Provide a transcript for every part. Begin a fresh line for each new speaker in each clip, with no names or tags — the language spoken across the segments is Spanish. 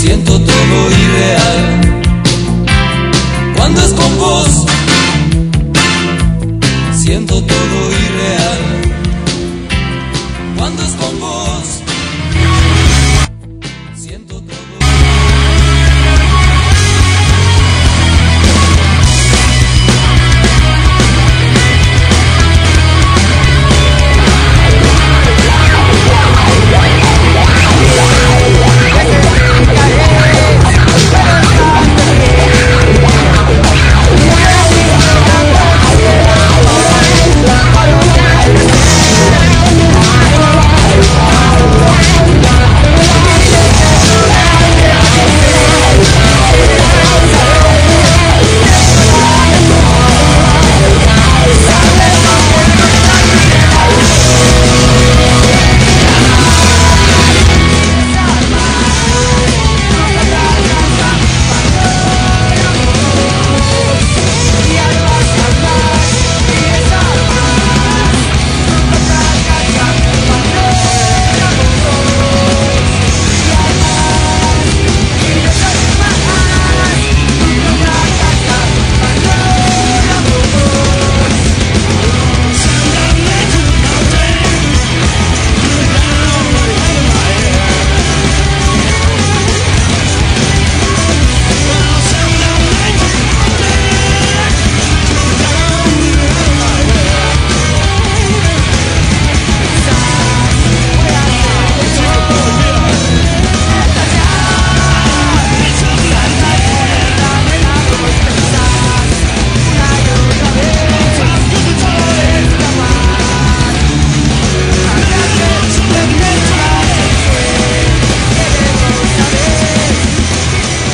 Siento todo irreal. Cuando es con vos. Siento todo irreal. Cuando es con vos. Siento todo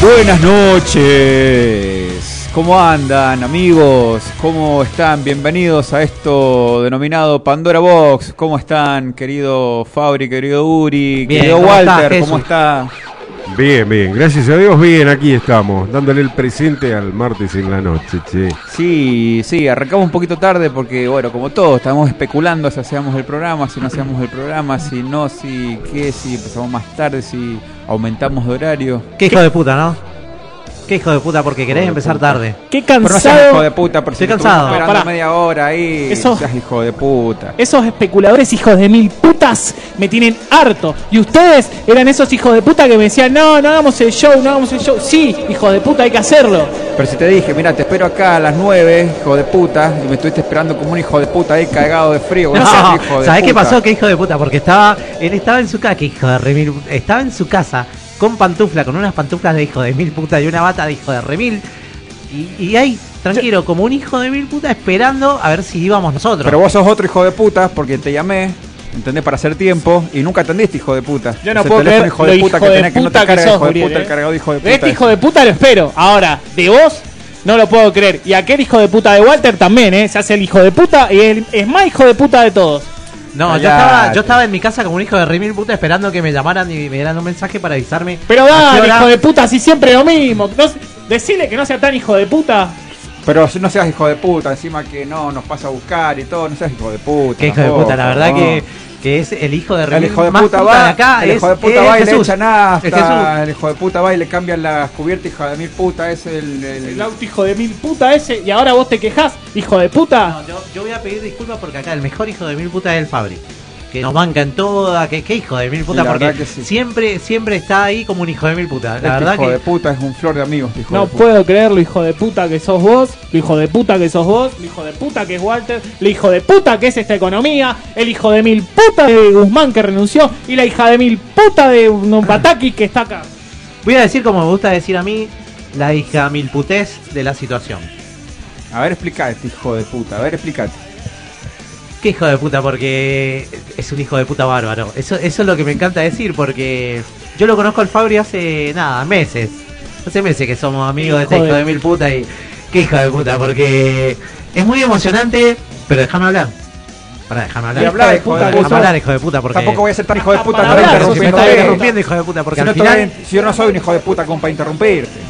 Buenas noches. ¿Cómo andan, amigos? ¿Cómo están? Bienvenidos a esto denominado Pandora Box. ¿Cómo están, querido Fabri, querido Uri,
Bien,
querido
¿cómo estás,
Walter?
Jesús?
¿Cómo está?
Bien, bien, gracias a Dios, bien, aquí estamos, dándole el presente al martes en la noche, che.
Sí, sí, arrancamos un poquito tarde porque, bueno, como todos, estamos especulando si hacíamos el programa, si no hacíamos el programa, si no, si qué, si empezamos más tarde, si aumentamos de horario.
Qué hijo de puta, ¿no? Qué hijo de puta, porque querés
de
empezar
puta.
tarde.
Qué
Pero no seas hijo de
cansado.
puta, porque
Estoy
si te
cansado.
estuvimos esperando
Pará.
media hora ahí,
Eso-
seas hijo de puta.
Esos especuladores hijos de mil putas me tienen harto. Y ustedes eran esos hijos de puta que me decían, no, no hagamos el show, no hagamos el show. Sí, hijo de puta, hay que hacerlo.
Pero si te dije, mira, te espero acá a las 9, hijo de puta, y me estuviste esperando como un hijo de puta ahí cagado de frío.
No,
vos seas hijo de
¿Sabés qué
puta.
pasó? Qué hijo de puta, porque estaba. Él estaba en su casa, que hijo de remil. Estaba en su casa con pantufla, con unas pantuflas de hijo de mil puta y una bata de hijo de remil. Y, y ahí, tranquilo, como un hijo de mil puta esperando a ver si íbamos nosotros.
Pero vos sos otro hijo de puta porque te llamé, entendés, para hacer tiempo, y nunca atendiste, hijo de puta.
Yo no
Ese
puedo
teléfono,
creer
hijo
lo
de puta,
hijo
que
de
tenés que no te
puta que
carga,
sos,
hijo de
Uriel,
puta, el
eh.
cargado hijo de puta.
De este hijo de puta lo espero. Ahora, de vos, no lo puedo creer. Y aquel hijo de puta de Walter también, ¿eh? Se hace el hijo de puta y él es más hijo de puta de todos.
no, yo
Callate.
estaba, yo estaba en mi casa como un hijo de remil puta esperando que me llamaran y me dieran un mensaje para avisarme.
Pero
a qué
dale,
hora-
hijo de puta, si siempre lo mismo. No, decile que no sea tan hijo de puta.
Pero no seas hijo de puta, encima que no, nos pasa a buscar y todo, no seas hijo de puta.
Qué hijo de
tampoco,
puta, la verdad
no.
que, que es el hijo de
El
remil
hijo de
más
puta
puta de
va,
acá.
el
es-
hijo de puta
es
va y le
Jesús.
echa
Es Jesús.
nafta, el hijo de puta va y le cambian las cubiertas, hijo de mil puta, es el... el-
El auto hijo de mil puta ese y ahora vos te quejás, hijo de puta.
No, yo, yo voy a pedir disculpas porque acá el mejor hijo de mil puta es el Fabri. Que nos banca en toda, que, que hijo de mil puta,
Y la
porque
verdad que sí.
siempre, siempre está ahí como un hijo de mil puta.
Este
La verdad
hijo de
que. pues-
puta es un flor de amigos, hijo de
No
puta.
puedo creer lo hijo de puta que sos vos, lo hijo de puta que sos vos, lo hijo de puta que es Walter, lo hijo de puta que es esta economía, el hijo de mil puta de Guzmán que renunció y la hija de mil puta de Bataki que está acá.
Voy a decir como me gusta decir a mí, la hija mil putés de la situación.
A ver, explicate, hijo de puta, a ver, explicate.
Qué hijo de puta, porque es un hijo de puta bárbaro. Eso, eso es lo que me encanta decir, porque yo lo conozco al Fabri hace nada, meses. Hace meses que somos amigos de este
Hijo
hijo
de-
de mil puta y. Qué hijo de puta, porque es muy emocionante, pero déjame hablar. Para dejarme hablar.
Y hablar,
Déjame
hijo de
déjame
puta.
hablar, hijo de puta, porque.
Tampoco voy a ser tan hijo de puta
Para
para
hablar,
Porque
sos
me
un
interrumpirte.
hijo
estás
de
interrumpiendo, hijo de puta, porque
Si no
al
te
final.
ven- si yo no soy un hijo de puta como para interrumpirte.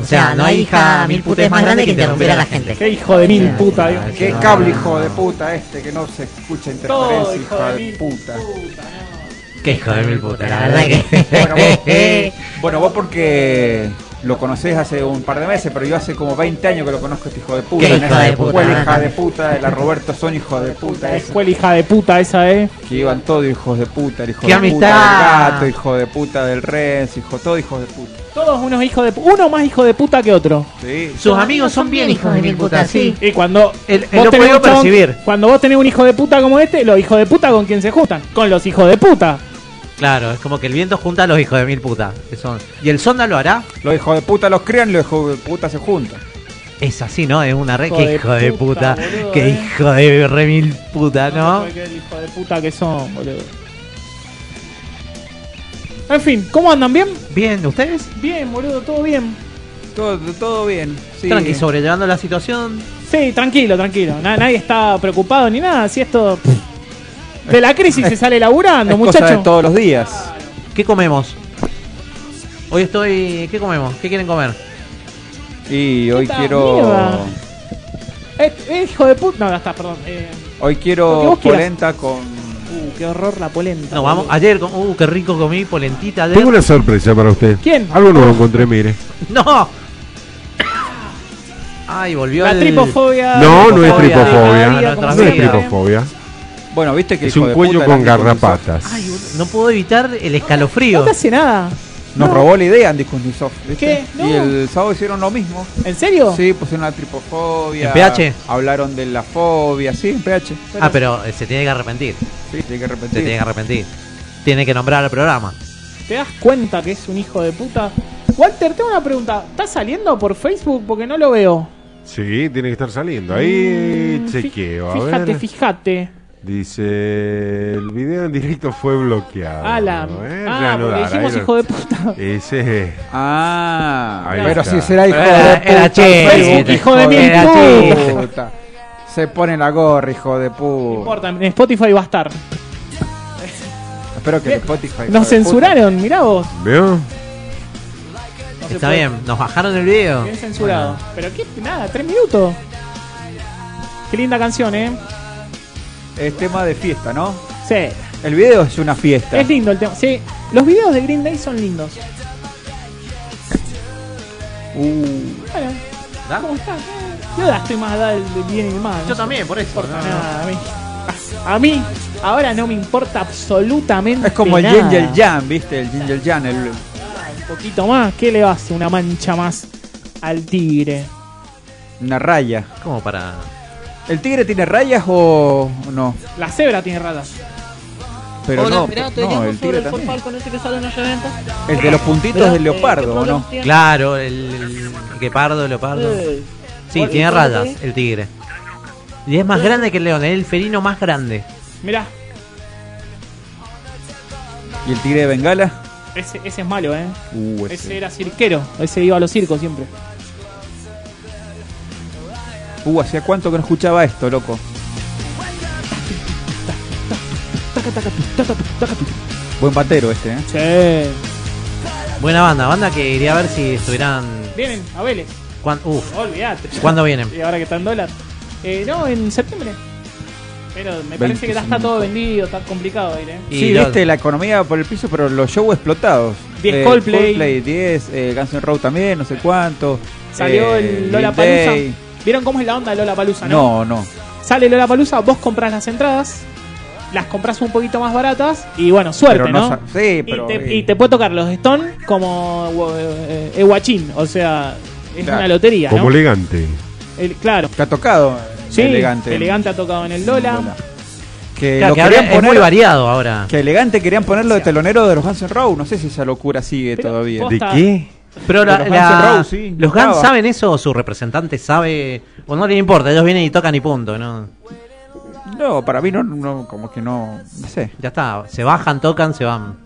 O sea, no hay hija mil putas más grande que interrumpir a la gente.
Qué hijo de mil puta, Dios.
Qué cable hijo de puta este que no se escucha
Todo
interferencia,
hijo
hijo
mil
de puta.
Qué hijo de mil putas, la verdad
eh,
que.
Bueno, vos porque lo conocés hace un par de meses, pero yo hace como 20 años que lo conozco este hijo de puta.
¿Qué
En
hijo
esa
de
escuela,
puta?
hija de puta, la Roberto son hijo de puta,
La
esa,
escuela hija de puta esa, eh.
que iban todos hijos de puta, el hijo
¡Qué
de puta
amistad!
del gato, hijo de puta del Renz, hijo, todos hijos de puta.
Todos unos hijos de pu- uno más hijo de puta que otro.
Sí.
Sus amigos son bien hijos de mil putas, sí.
Y cuando
El- el
vos
lo
tenés
puedo
un chabón-
percibir.
cuando vos tenés un hijo de puta como este, los hijos de puta con quién se juntan, con los hijos de puta.
Claro, es como que el viento junta a los hijos de mil putas. que son- ¿Y el sonda lo hará?
Los hijos de puta los crían y los hijos de puta se juntan.
Es así, ¿no? Es una re.
Hijo
Qué
de
hijo de puta.
puta, boludo,
Qué
eh.
hijo de re mil puta, ¿no?
No sé qué hijo de puta que son, boludo. En fin, ¿cómo andan? ¿Bien?
Bien, ¿ustedes?
Bien, boludo, todo bien.
Todo, todo bien. Sí.
Tranqui, sobrellevando la situación.
Sí, tranquilo, tranquilo. Na- nadie está preocupado ni nada. Si esto. De la crisis se sale laburando,
Es cosa de
muchachos.
todos los días.
¿Qué comemos? Hoy estoy. ¿Qué comemos? ¿Qué quieren comer?
Y hoy
Puta
quiero.
mierda. hijo de puta. No, ya está, perdón. Eh,
Hoy
Lo que
quiero
vos quieras.
polenta con.
uh, qué horror la polenta.
No, vamos.
boludo.
Ayer, com- uh, qué rico comí polentita ayer.
Tengo una sorpresa para usted.
¿Quién?
Algo nuevo encontré, mire.
¡No! Ay, volvió
La
el-
tripofobia.
No, no es
Tripofobia.
tripofobia.
Ah,
No
nuestra
es
amiga.
tripofobia.
Bueno, viste que el
Es
hijo
un
de
cuello
puta
con
Andy Kuznetsov
garrapatas.
Ay, boludo, no puedo evitar el escalofrío.
No te hace nada.
Nos
No.
robó la idea Andy Kuznetsov, ¿viste?
¿Qué? No.
Y el sábado hicieron lo mismo.
¿En serio?
Sí, pusieron la tripofobia.
¿En PH?
Hablaron de la fobia, sí, en PH.
Ah, pero eh, se tiene que arrepentir.
Sí, tiene que
Se tiene que
repetir.
arrepentir. Tiene que nombrar al programa.
¿Te das cuenta que es un hijo de puta? Walter, tengo una pregunta. ¿Estás saliendo por Facebook? Porque no lo veo.
Sí, tiene que estar saliendo. Ahí
Mm,
chequeo.
fí-
A
Fíjate,
ver.
fíjate.
Dice, el video en directo fue bloqueado.
Ala.
¿eh?
Ah,
Reanudar,
porque dijimos
ahí lo-
hijo de puta.
Ese
Ah,
Ahí
pero
está.
si será hijo
Era-
de
era
puta.
chiste,
Facebook,
hijo de mil puta.
puta. Se pone la gorra, hijo de
No
puta.
importa, en Spotify va a estar.
Espero que el Spotify. hijo
Nos
de puta.
censuraron, mirá vos.
¿Veo?
No se
Está
puede.
bien, nos bajaron el video.
Bien censurado. Pero qué, nada, tres minutos. Qué linda canción, eh.
Es tema de fiesta, ¿no?
Sí.
El video es una fiesta.
Es lindo el tema. Sí, los videos de Green Day son lindos.
Uh.
Bueno,
¿Da?
¿cómo está? Yo la estoy más dada del bien y del mal.
Yo también, por eso.
No
no,
me importa
no.
nada a mí. A mí, ahora no me importa absolutamente
es como el
nada.
Yin y el Yang, ¿viste? El Yin y el Yang, el,
Un poquito más, ¿qué le vas? Una mancha más al tigre.
una raya.
Como para.
¿El tigre tiene rayas o no?
La cebra tiene ratas.
Pero no, no, el tigre también.
este
El de los puntitos del
eh,
leopardo, ¿o no?
Claro, el. el Guepardo, leopardo. Sí, tiene rayas, el tigre. Y es más grande que el león, es el felino más grande.
Mirá,
¿Y el tigre de Bengala?
ese, ese es malo, ¿eh?
Uh,
Ese
ese.
era cirquero, ese iba a los circos siempre.
Uh, ¿hacía cuánto que no escuchaba esto, loco? Buen patero este, ¿eh?
Che.
Buena banda, banda que iría a ver si estuvieran.
Vienen a Vélez,
cuan- uf,
olvídate.
¿Cuándo vienen?
Y ahora que está en dólar. Eh, no, en septiembre. Pero me parece que ya está
25.
todo vendido, está complicado ir, ¿eh?
Y
sí,
lo-
viste la economía por el piso, pero los shows explotados.
10
Eh,
Coldplay.
10, eh, Guns N' Roses también, no sé cuánto.
Salió
Eh,
el
Green
Lola Palusa.
Day.
¿Vieron cómo es la onda de Lola Palusa, no?
No, no.
Sale Lola Palusa, vos compras las entradas, las compras un poquito más baratas y bueno, suerte,
Pero
¿no?
no sa- sí, pero,
y, te,
eh.
y te puede tocar los Stone como eh, eh, Guachín, o sea, es
Claro.
una lotería,
Como
¿no?
elegante.
El- claro.
¿Te ha tocado? eh,
Sí, elegante.
elegante.
ha tocado en el Lola.
Que
Claro,
eh, lo
que ahora
querían
es muy
poner
variado ahora.
Que elegante querían ponerlo de telonero de los Guns N' Roses. No sé si esa locura sigue
Pero
todavía.
vos-
¿De
Posta.
qué?
Pero la-
Los
la-
Guns N' Roses, sí,
los Guns
estaba.
saben eso o su representante sabe. O no les importa, ellos vienen y tocan y punto, ¿no?
No, para mí no, no, como que no, no sé,
Ya está, se bajan, tocan, se van.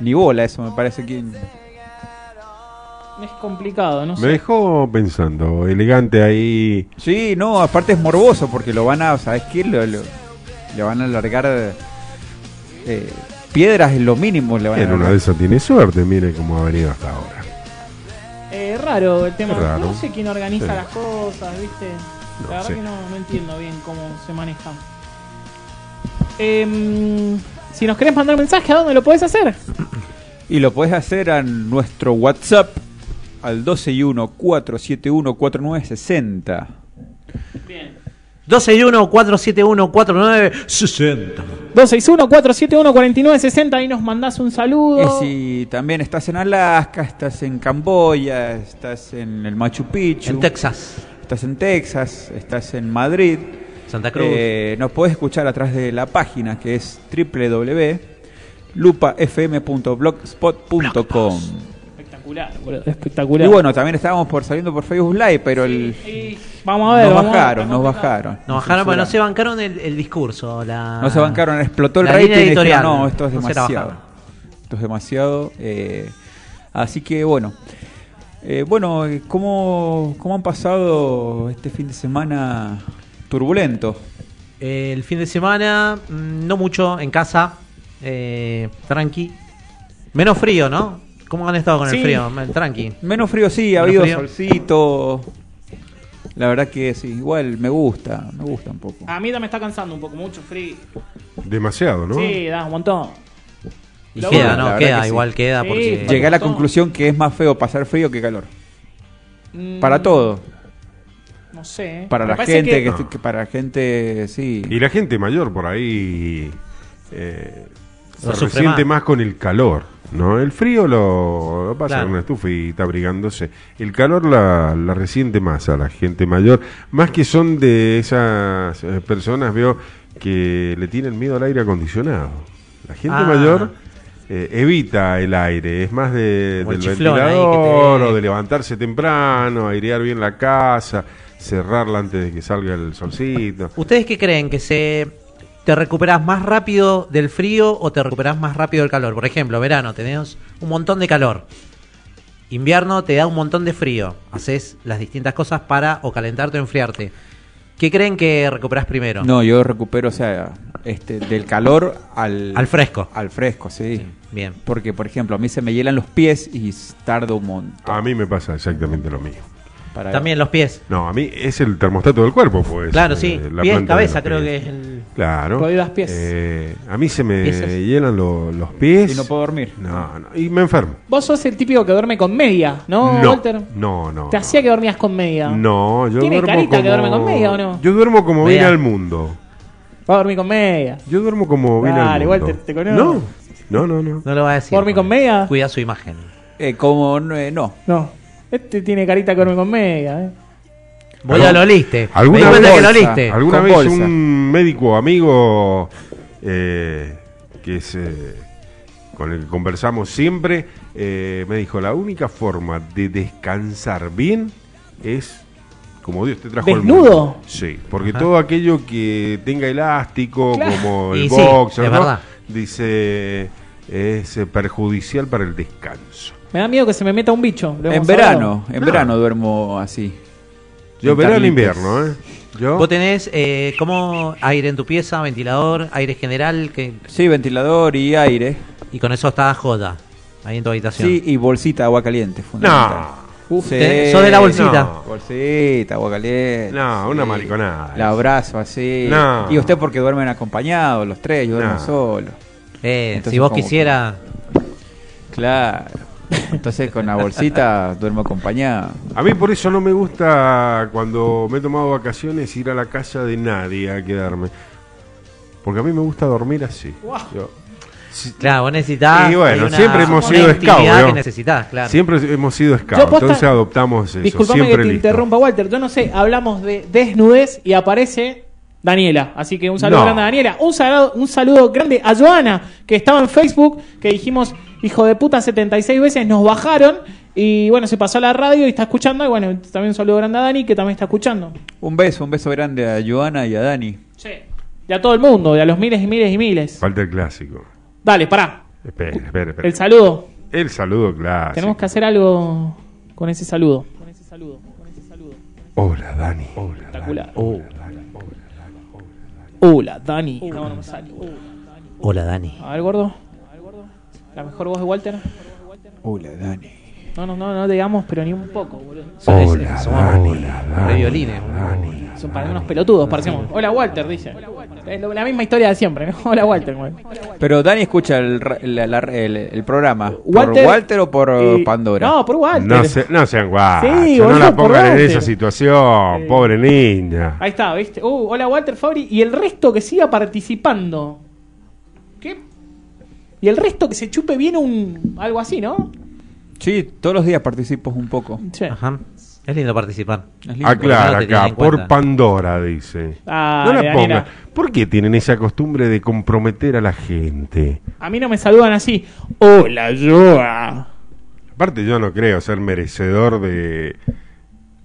ni bola eso me parece que
Es complicado, no
Me
sé.
dejó pensando, elegante ahí.
Sí, no, aparte es morboso porque lo van a, ¿sabes qué? Lo- lo- le van a largar eh, piedras en lo mínimo. Le van a
en una
largar.
de esas tiene suerte, mire cómo ha venido hasta ahora.
Eh, raro el tema.
Es raro.
No sé quién organiza
Sí.
las cosas, ¿viste?
No
La verdad
sé.
que no, no entiendo bien cómo se maneja. Em, si nos querés mandar mensaje, ¿a dónde lo podés hacer?
Y lo podés hacer a nuestro WhatsApp al 121-471-4960.
12 y 1 471 4960.
261-471-4960, ahí nos mandás un
Y
saludo.
si también estás en Alaska, estás en Camboya, estás en el Machu Picchu,
En Texas,
estás en Texas, estás en Madrid,
Santa Cruz.
eh, nos podés escuchar atrás de la página que es www.lupafm.blogspot.com.
Espectacular, boludo,
Y
espectacular.
bueno, también estábamos por saliendo por Facebook Live, pero el,
Y vamos a ver.
nos
vamos a ver,
bajaron,
está
nos
complicado.
bajaron.
Nos bajaron, bueno,
censuraron.
no se bancaron el, el discurso. La,
No se bancaron, explotó el
la
rating
línea
y dijeron,
editorial.
no, esto es
No se la
demasiado.
bajaron.
Esto es demasiado. eh, así que bueno. Eh, bueno, eh, ¿cómo, ¿cómo han pasado este fin de semana turbulento?
El fin de semana, mm, no mucho, en casa, eh, tranqui. Menos frío, ¿no? ¿Cómo han estado con
Sí.
el frío? Man, Tranqui.
Menos frío sí, ha
Menos
habido
frío.
solcito. La verdad que sí, igual me gusta, me gusta un poco.
A mí ya me está cansando un poco, mucho frío.
Demasiado, ¿no?
Sí, da un montón.
Y
Lo
queda,
bueno,
la
¿no?
verdad
Queda,
que sí.
igual queda.
Sí,
porque
Llega-
Llegué a la
Todo.
conclusión que es más feo pasar frío que calor.
Mm,
Para todo.
No sé. eh.
Para
Me
la
parece
gente, que,
No.
est- que para la gente, sí.
Y la gente mayor por ahí eh,
Lo
se
sufre
resiente
más.
más con el calor, ¿no? El frío lo, lo pasa
Claro.
en una estufita abrigándose. El calor la, la resiente más a la gente mayor. Más que son de esas eh, personas, veo, que le tienen miedo al aire acondicionado. La gente
Ah.
mayor eh, evita el aire, es más de,
Como
del
el chiflón ahí que te-
ventilador o de levantarse temprano, airear bien la casa, cerrarla antes de que salga el solcito.
¿Ustedes qué creen? ¿Que se te recuperás más rápido del frío o te recuperás más rápido del calor? Por ejemplo, verano tenés un montón de calor. Invierno te da un montón de frío. Haces las distintas cosas para o calentarte o enfriarte. ¿Qué creen que recuperás primero?
No, yo recupero, o sea, este, del calor al,
Al fresco.
Al fresco, Ah, sí.
Bien.
Porque, por ejemplo, a mí se me hielan los pies y s- tardo un montón.
A mí me pasa exactamente lo mismo.
para-
También los pies.
No, a mí es el termostato del cuerpo, pues.
Claro,
eh,
sí.
la
Pies,
planta de
cabeza
los
creo que
pies.
es el...
Claro.
Rodillas, pies.
Eh, a mí se me
Pies es-
llenan lo- los pies.
Y no puedo dormir.
No, no, y me enfermo.
Vos sos el típico que duerme con media, ¿no,
no,
Walter?
no, no.
Te
no.
hacía que dormías con media.
No, yo
Tiene
duermo
carita
como...
que duerme con media, ¿o no?
Yo duermo como viene
Media.
al mundo.
Va a dormir con media.
Yo duermo como viene
Dale,
al mundo.
Walter, te conozco.
no, no, no, no.
No lo va a decir.
¿Dormí con media?
Cuida su imagen.
Eh, como no, eh, no.
No. Este tiene carita que duerme con media, ¿eh?
Vos
Algún-
ya lo oliste.
alguna
Me di cuenta
vez-
que lo oliste.
Algún-
¿Alguna
Con
vez
bolsa.
un médico amigo eh, que es eh, con el que conversamos siempre eh, me dijo la única forma de descansar bien es como Dios te trajo al
¿Desnudo?
mundo. Sí, porque todo aquello que tenga elástico,
Claro.
como el
Y sí,
boxer,
es
¿no?
verdad.
dice es eh, perjudicial para el descanso.
Me da miedo que se me meta un bicho. lo
En
hemos
verano,
hablado.
en verano duermo así.
Yo
En
verano al
Carlitos.
invierno, ¿eh? Yo
Vos tenés eh, como aire en tu pieza, ventilador, aire general, que,
Sí, ventilador y aire.
y con eso está joda. Ahí en tu habitación.
Sí, y bolsita de agua caliente, fundamental.
no,
Uf,
Tenés- eh, sos de la bolsita.
No.
Bolsita, agua caliente.
No, una
sí.
mariconada.
La abrazo así.
No.
Y usted porque duermen acompañados, los tres, yo duermo
No.
solo.
Eh,
Entonces,
si vos
¿cómo que?
quisieras,
Claro. Entonces con la bolsita duermo acompañado.
A mí por eso no me gusta cuando me he tomado vacaciones ir a la casa de nadie a quedarme. Porque a mí me gusta dormir así. Yo- si-
claro, vos necesitás.
Y bueno,
hay una-
siempre hemos
una
sido
intimidad
escabio.
que necesitas, claro.
Siempre hemos sido
Yo
escabos,
posta-
entonces adoptamos eso.
Disculpame que
siempre
te
listo.
interrumpa, Walter. Yo no sé, hablamos de desnudez y aparece Daniela. Así que un saludo
No.
grande a Daniela. Un saludo, un saludo grande a Joana, que estaba en Facebook, que dijimos, hijo de puta, 76 veces nos bajaron. Y bueno, se pasó a la radio y está escuchando. Y bueno, también un saludo grande a Dani, que también está escuchando.
Un beso, un beso grande a Joana y a Dani.
Y a todo el mundo, y a los miles y miles y miles.
Falta el clásico.
Dale, pará.
Espera, espera, espera.
El saludo.
El saludo clásico.
Tenemos que hacer algo con ese saludo.
Hola, Dani. Hola,
Espectacular.
Dani.
Hola, Dani. No, no me sale.
Hola, Dani.
A ver, gordo. La mejor voz de Walter.
Hola, Dani.
No, no, no, no digamos, pero ni un poco, boludo.
Hola, Dani.
Re violines.
Son para unos pelotudos, parecemos. Hola, Walter, dice. Es lo- la misma historia de siempre, ¿no? Hola, Walter, güey.
Pero Dani escucha el, ra- la- la- el- el programa.
Walter-
¿Por Walter o por eh,
Y-
Pandora?
No, por Walter.
No, se- no sean guachos,
Sí,
no
boludo,
la pongan en
acordate.
esa situación, pobre niña.
Ahí está, ¿viste? Uh, hola Walter Fabri y el resto que siga participando. ¿Qué? Y el resto que se chupe bien un algo así, ¿no?
Sí, todos los días participo un poco.
Sí.
Ajá. Es lindo participar.
Es lindo.
Aclara
no te tienen
acá,
en
por
cuenta.
Pandora, dice.
Ah,
no la
Daniela.
pongan. ¿Por qué tienen esa costumbre de comprometer a la gente?
A mí no me saludan así. Hola, Joa.
Aparte, yo no creo ser merecedor de,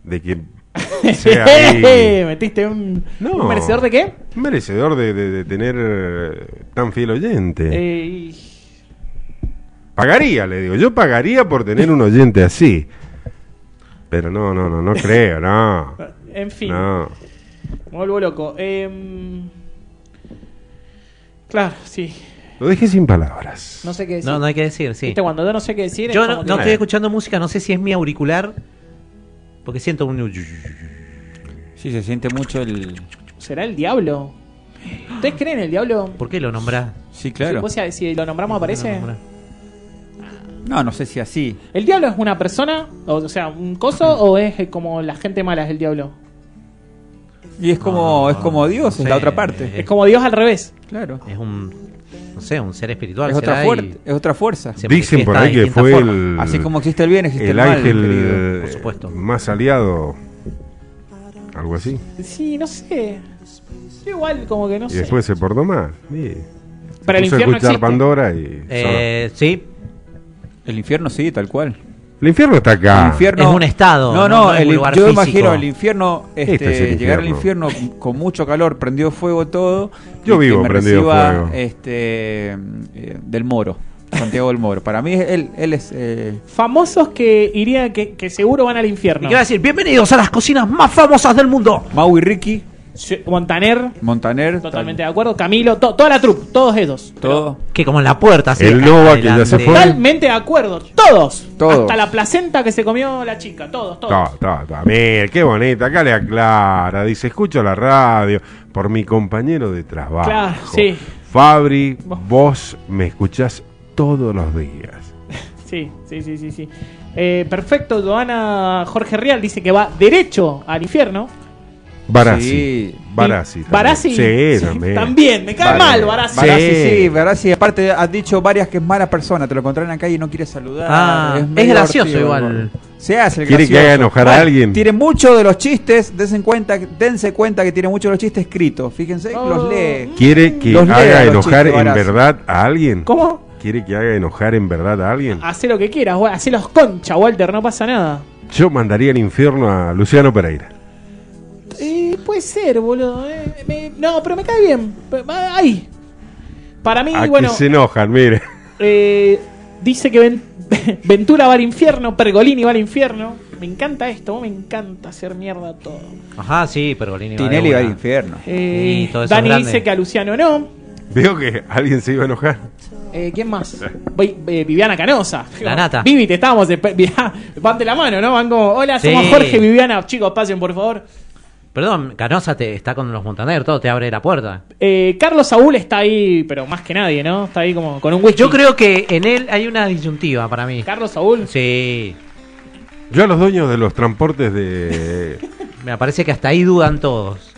de que sea ahí.
¿Metiste un,
No.
un merecedor de qué?
merecedor de, de- de tener eh, tan fiel oyente.
Eh, y-
Pagaría, le digo. Yo pagaría por tener un oyente así. Pero no, no, no, no creo, no.
en fin,
No.
me vuelvo loco. Em, claro, sí.
Lo dejé sin palabras.
No sé qué decir.
No, no hay que decir, sí.
Este
¿Viste? Cuando yo no sé qué decir. es
Yo no,
como
no
que-
estoy escuchando música, no sé si es mi auricular. Porque siento un.
Sí, se siente mucho el.
¿Será el diablo? ¿Ustedes creen en el diablo?
¿Por qué lo nombrás?
Sí, claro.
Si, vos si- si lo nombramos aparece.
Lo nombrás.
No, no sé si así.
¿El diablo es una persona? O, o sea, un coso o es eh, como la gente mala es el diablo?
Y es como, es como Dios,
no
es la
sé.
otra parte.
Eh,
Es como Dios al revés.
Claro.
Es un. No sé, un ser espiritual.
Es otra,
será, y
fuerte, es otra fuerza.
se
Dicen por
manifiesta
ahí
de
que
distintas
fue
formas.
el,
Así como existe el bien, existe el,
el
mal, querido.
ángel eh,
por supuesto.
más aliado. Algo así.
Sí, no sé. Yo igual como que no
Y
sé.
después se portó mal. Sí. Se
Pero el
puso a
infierno
escuchar
existe.
Pandora y.
Eh, sí,
El infierno sí, tal cual.
El infierno está acá.
el infierno,
es un estado,
No,
no,
no,
no es
el-
un lugar
yo
físico.
imagino el infierno, este,
Este es el
llegar al infierno con mucho calor, prendió fuego todo.
Yo
y que
vivo
me
prendido
reciba,
fuego.
Este, eh, del Moro, Santiago del Moro. Para mí es- él, él es... eh,
Famosos que irían, que, que seguro van al
Y
infierno.
quiero decir, bienvenidos a las cocinas más famosas del mundo.
Mau y Ricky,
Sí, Montaner,
Montaner,
totalmente de acuerdo. Camilo, to- toda la troupe, todos ellos.
tal- todo.
Que como en la puerta. así,
El Nova que ya se
adelante.
fue.
Totalmente de acuerdo, todos.
Todos.
Hasta la placenta que se comió la chica, todos, todos.
Ta, ta, ta. Mira, qué bonita. Acá le aclara. Dice: Escucho la radio por mi compañero de trabajo.
Claro, sí.
Fabri,
Vos.
vos me escuchás todos los días.
Sí, sí, sí, sí, sí. Eh, perfecto, Joana Jorge Real dice que va derecho al infierno.
Barassi.
Sí.
Barassi. también. Sí,
Barassi. sí,
también.
también, me cae mal Barassi.
Barassi.
Barassi, sí. Barassi. Aparte, has dicho varias que es mala persona. Te lo encontrás en la calle y no quiere saludar.
Ah, es
medio
gracioso
hortivo,
igual.
igual. Se hace el
Quiere que
gracioso.
haga enojar a
Bueno,
alguien.
Tiene muchos de los chistes. Dense cuenta, dense cuenta que tiene muchos de los chistes escritos. Fíjense,
Oh.
los lee.
¿Quiere que
Los lea
haga
los
enojar
chistes,
en
Barassi.
verdad a alguien?
¿Cómo?
¿Quiere que haga enojar en verdad a alguien?
Hacé lo que quieras, Wa- hacé los concha, Walter, no pasa nada.
Yo mandaría al infierno a Luciano Pereira.
Eh, puede ser, boludo. eh, me- no, pero me cae bien. Pe- va- Ahí. Para mí,
a
bueno,
Ah, que se enojan, mire.
eh, dice que Ven- Ventura va al infierno, Pergolini va al infierno. Me encanta esto, me encanta hacer mierda todo.
Ajá, sí, Pergolini. va de
Tinelli va al
una.
infierno.
Eh,
Sí, todo eso es
Dani
grande.
dice que a Luciano no.
Veo que alguien se iba a enojar.
Eh, ¿Quién más? Vi- eh, Viviana Canosa.
La nata.
Vivi, te estábamos. espe- mirá, Van de la mano, ¿no? Van como, hola, somos
Sí.
Jorge y Viviana. Chicos, pasen, por favor.
Perdón, Canosa te, está con los Montaner, todo te abre la puerta.
Eh, Carlos Saúl está ahí, pero más que nadie, ¿no? Está ahí como con un whisky.
Yo creo que en él hay una disyuntiva para mí.
Carlos Saúl.
Sí,
Yo a los dueños de los transportes de.
me parece que hasta ahí dudan todos.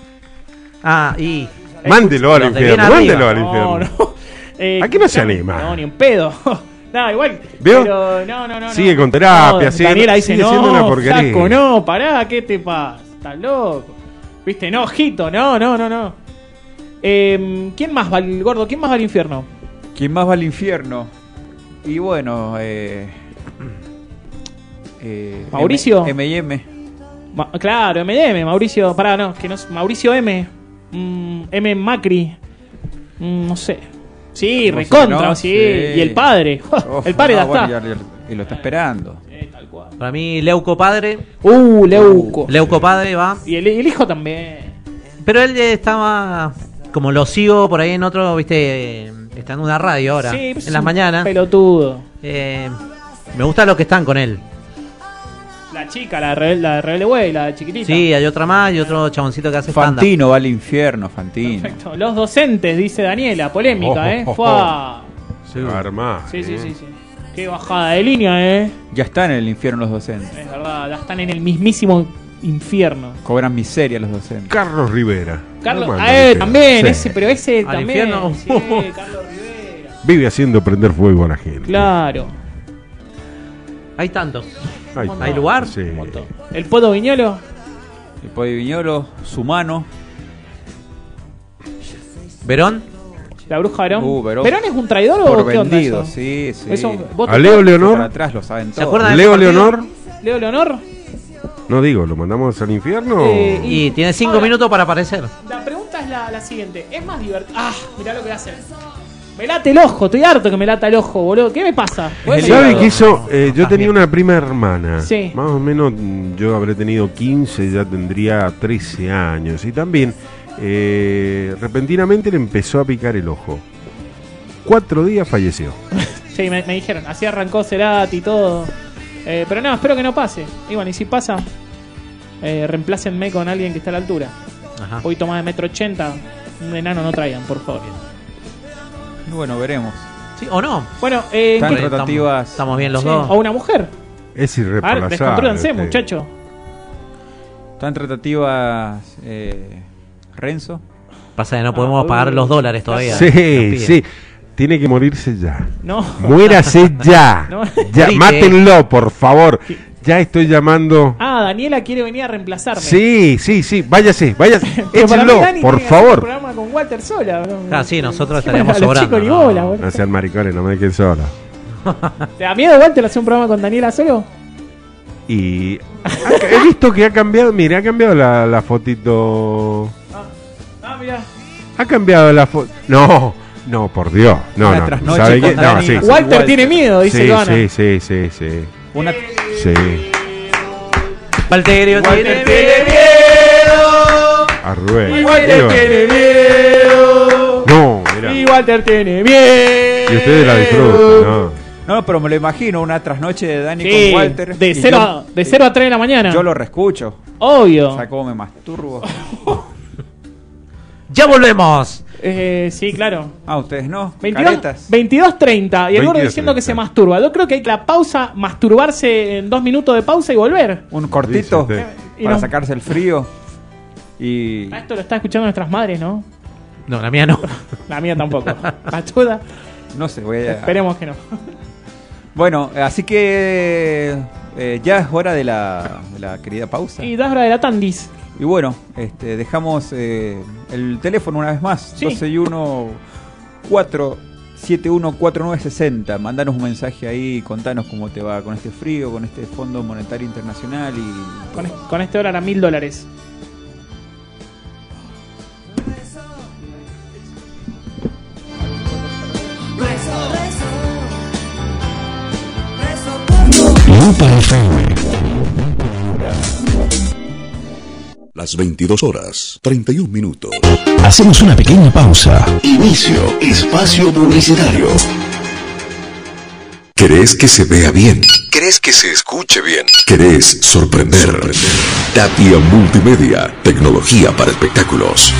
Ah, y.
Mándelo al
Los de
infierno,
bien
mándelo
arriba.
al infierno.
Eh,
¿A qué no se
no,
anima?
No, ni un pedo. no, igual.
¿Vio?
Pero no, no, no.
Sigue
no.
con terapia,
No,
sigue-
Daniela dice,
sigue
no,
siendo una porquería".
flaco, no, pará, ¿qué te pasa? Estás loco. Viste, no, ojito, no, no, no, no. Em, ¿Quién más va al gordo? ¿Quién más va al infierno?
Quien más va al infierno. Y bueno, eh. eh,
¿Mauricio?
M- M&M.
Ma- claro, M&M, Mauricio, pará, no, que no es- Mauricio M. Mm, M. Macri. Mm, no sé. Sí,
¿Cómo se
recontra,
no?
sí.
Sí.
Y el padre.
Uf,
el padre
no, Oh,
ya
ah, bueno,
está.
ya- ya- y lo está esperando.
Eh, tal cual.
Para mí, Leuco padre.
Uh, Leuco.
Leuco padre va.
Y el, y el hijo también.
Pero él eh, estaba. Como lo sigo por ahí en otro, viste. eh, Está en una radio ahora.
Sí, pues,
en las mañanas.
Pelotudo.
Eh, me gusta los que están con él.
La chica, la rebelde, la rebelde güey, la chiquitita.
Sí, hay otra más y otro chaboncito que hace stand
Fantino va al infierno, Fantino.
Perfecto. Los docentes, dice Daniela.
Ojo,
Oh,
Polémica, ¿eh?
ojo.
Fua.
Se va a armar.
Sí, sí,
¿eh?
sí, sí. Qué bajada de línea, ¿eh?
Ya están en el infierno los docentes.
Es verdad, ya están en el mismísimo infierno.
Cobran miseria los docentes.
Carlos Rivera.
Carlos,
No manda
ah, eh,
que-
también,
Sí.
ese, pero ese
Al
también.
infierno.
Sí, Carlos Rivera.
Vive haciendo prender fuego a la gente.
Claro.
Hay tantos.
Ahí
¿Hay
está.
lugar?
Sí.
Un montón.
El Poto Viñolo.
El Podi Viñolo, su mano.
Verón.
La bruja Verón.
Uh, Verón.
¿Verón es un traidor o
Por
Oh, qué onda
vendido,
eso?
sí, sí.
Eso, ¿Vos
A Leo
Por
Leonor.
atrás lo saben
¿Se
todos.
acuerdan?
Leo Leonor.
Leo Leonor?
No digo, ¿lo mandamos al infierno?
Eh,
Y tiene cinco
Ahora-
minutos para aparecer.
La pregunta es la, la siguiente. ¿Es más divertido? Ah, mirá lo que voy a hacer. Me late el ojo, estoy harto que me lata el ojo, boludo. ¿Qué me pasa?
el
¿Sabe
hígado.
qué hizo? Eh, yo
estás
tenía
bien.
una prima hermana.
Ah, Sí.
Más o menos mm, yo habré tenido 15, ya tendría 13 años. Y también eh, repentinamente le empezó a picar el ojo. Cuatro días falleció.
Sí, me, me dijeron, así arrancó Cerati y todo. Eh, pero no, espero que no pase. Y bueno, y si pasa, eh, reemplácenme con alguien que está a la altura.
Ajá.
Hoy toma de metro ochenta, un enano no traigan, por favor.
Bueno, veremos.
Sí, ¿O no?
Bueno, eh,
Están
¿qué-
Estamos-
rotativas.
Estamos bien los
sí,
dos.
o una mujer.
Es
A ver, descontrúlense,
irreemplazable. este.
muchacho.
Están tratativas eh, Renzo.
Pasa que no podemos
Ah,
pagar los dólares todavía. Nos
Sí,
piden.
sí. Tiene que morirse ya.
No.
Muérase ya.
No.
ya
Morite.
mátenlo, por favor. Ya estoy llamando.
Ah, Daniela quiere venir a reemplazarme.
Sí, sí, sí. Váyase, váyase.
Pero para mí
Échenlo,
Dani
por
tiene que hacer Un
favor.
programa con Walter Sola, bro.
Ah, sí, nosotros
Encima
estaríamos
a los
sobrando,
chicos ni
¿no?
bola, boludo.
No sean maricones, no me dejen sola.
¿Te da miedo Walter hacer un programa con Daniela solo?
Y ha- he visto que ha cambiado, mire, ha cambiado la, la fotito.
Ah, mira.
Ha cambiado la foto. No, no, por Dios. No,
Una
no.
trasnoche
¿Sabe
con
qué? No,
Dani.
sí.
Guay,
Walter,
Walter.
tiene miedo, dice
Sí,
Ivana.
sí, sí, sí, sí.
Una,
Sí.
Valterio tiene bien.
Arrué.
Walter
Digo,
tiene miedo.
No, mira.
Y Walter tiene miedo.
Y ustedes la disfrutan, ¿no?
no, pero me lo imagino, una trasnoche de Dani
Sí,
con Walter.
de
y
0
yo-
a, de cero a 3 de la mañana.
Yo lo reescucho. O
Obvio.
sea, cómo me masturbo.
Ya volvemos.
Eh, sí, claro.
Ah, ustedes no.
22,
Caretas.
22.30 y el gordo
22:30.
diciendo que se masturba. Yo creo que hay que la pausa, masturbarse en dos minutos de pausa y volver.
Un cortito
Dice
usted.
para
Y no-
sacarse el frío. Y
Ah, Esto lo está escuchando nuestras madres, ¿no?
No, la mía no.
La mía tampoco. Pachuda.
no sé, voy a...
Esperemos que no.
Bueno, así que eh, ya es hora de la, de la querida pausa.
Y
Y,
Dasbra de la Tandis.
bueno, este, dejamos eh, el teléfono una vez más.
Sí.
261 471 4960. Mandanos un mensaje ahí, contanos cómo te va con este frío, con este Fondo Monetario Internacional y
Con, con este dólar a mil dólares.
Las 22 horas, 31 minutos.
Hacemos una pequeña pausa.
Inicio, espacio publicitario. ¿Crees que se vea bien? ¿Crees que se escuche bien? ¿Querés sorprender? Tapia Multimedia, tecnología para espectáculos.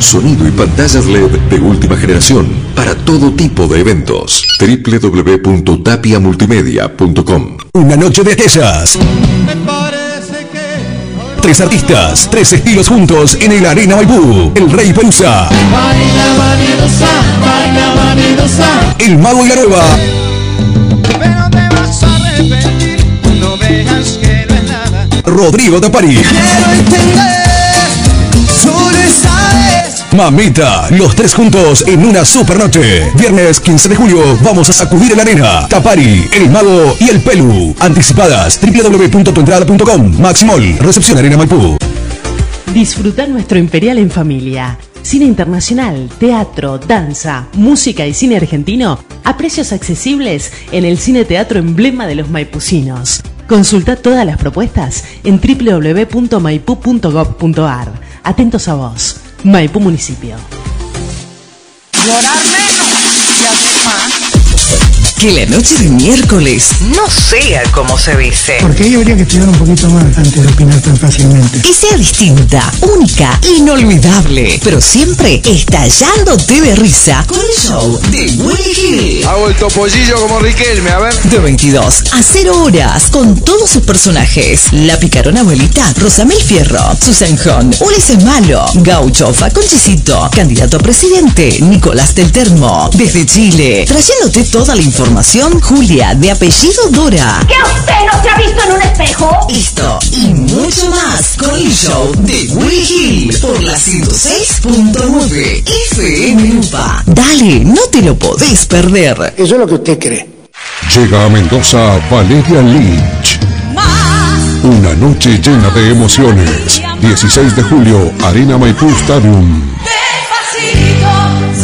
Sonido y pantallas LED de última generación para todo tipo de eventos. www.tapiamultimedia.com
Una noche de aquellas. Tres artistas, tres estilos juntos en el Arena Maipú. El Rey Pelusa. El Mago y la Nueva. Rodrigo Tapari. Mamita, los tres juntos en una super noche. Viernes 15 de julio vamos a sacudir la arena. Tapari, El Mago y El Pelu. Anticipadas www.tuentrada.com. Maximol, recepción Arena Maipú.
Disfrutar nuestro Imperial en familia. Cine internacional, teatro, danza, música y cine argentino a precios accesibles en el Cine Teatro Emblema de los Maipucinos. Consulta todas las propuestas en www.maipú.gov.ar. Atentos a vos, Maipú Municipio.
Que la noche de miércoles no sea como se dice.
Porque ahí habría que estudiar un poquito más antes de opinar tan fácilmente.
Que sea distinta, única, inolvidable, pero siempre estallándote de risa con el show de Willy Gil.
Hago el topollillo como Riquelme, a ver.
De 22 a 0 horas con todos sus personajes. La picarona abuelita, Rosamel Fierro, Susanjón, Ulises Malo, Gaucho Faconchicito, candidato a presidente, Nicolás del Termo, desde Chile, trayéndote toda la información, Julia, de apellido Dora.
¿Que usted no se ha visto en un espejo?
Esto y mucho más con el show de Willy Hill por la 106.9 FM UPA. Dale, no te lo podés perder.
Eso es lo que usted cree.
Llega a Mendoza Valeria Lynch. Una noche llena de emociones. 16 de julio, Arena Maipú Stadium.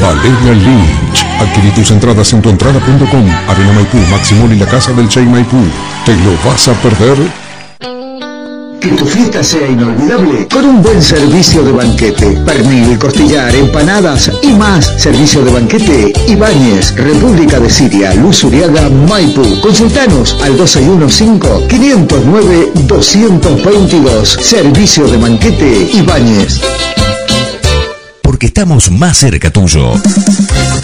Valeria Lynch. Adquirí tus entradas en tuentrada.com. Arena Maipú, Maximón y la Casa del Che Maipú. ¿Te lo vas a perder?
Que tu fiesta sea inolvidable con un buen servicio de banquete. Pernil, costillar, empanadas y más. Servicio de banquete Ibáñez, República de Siria, Luz Uriaga, Maipú. Consultanos al 2115-509-222. Servicio de banquete Ibáñez.
Porque estamos más cerca tuyo.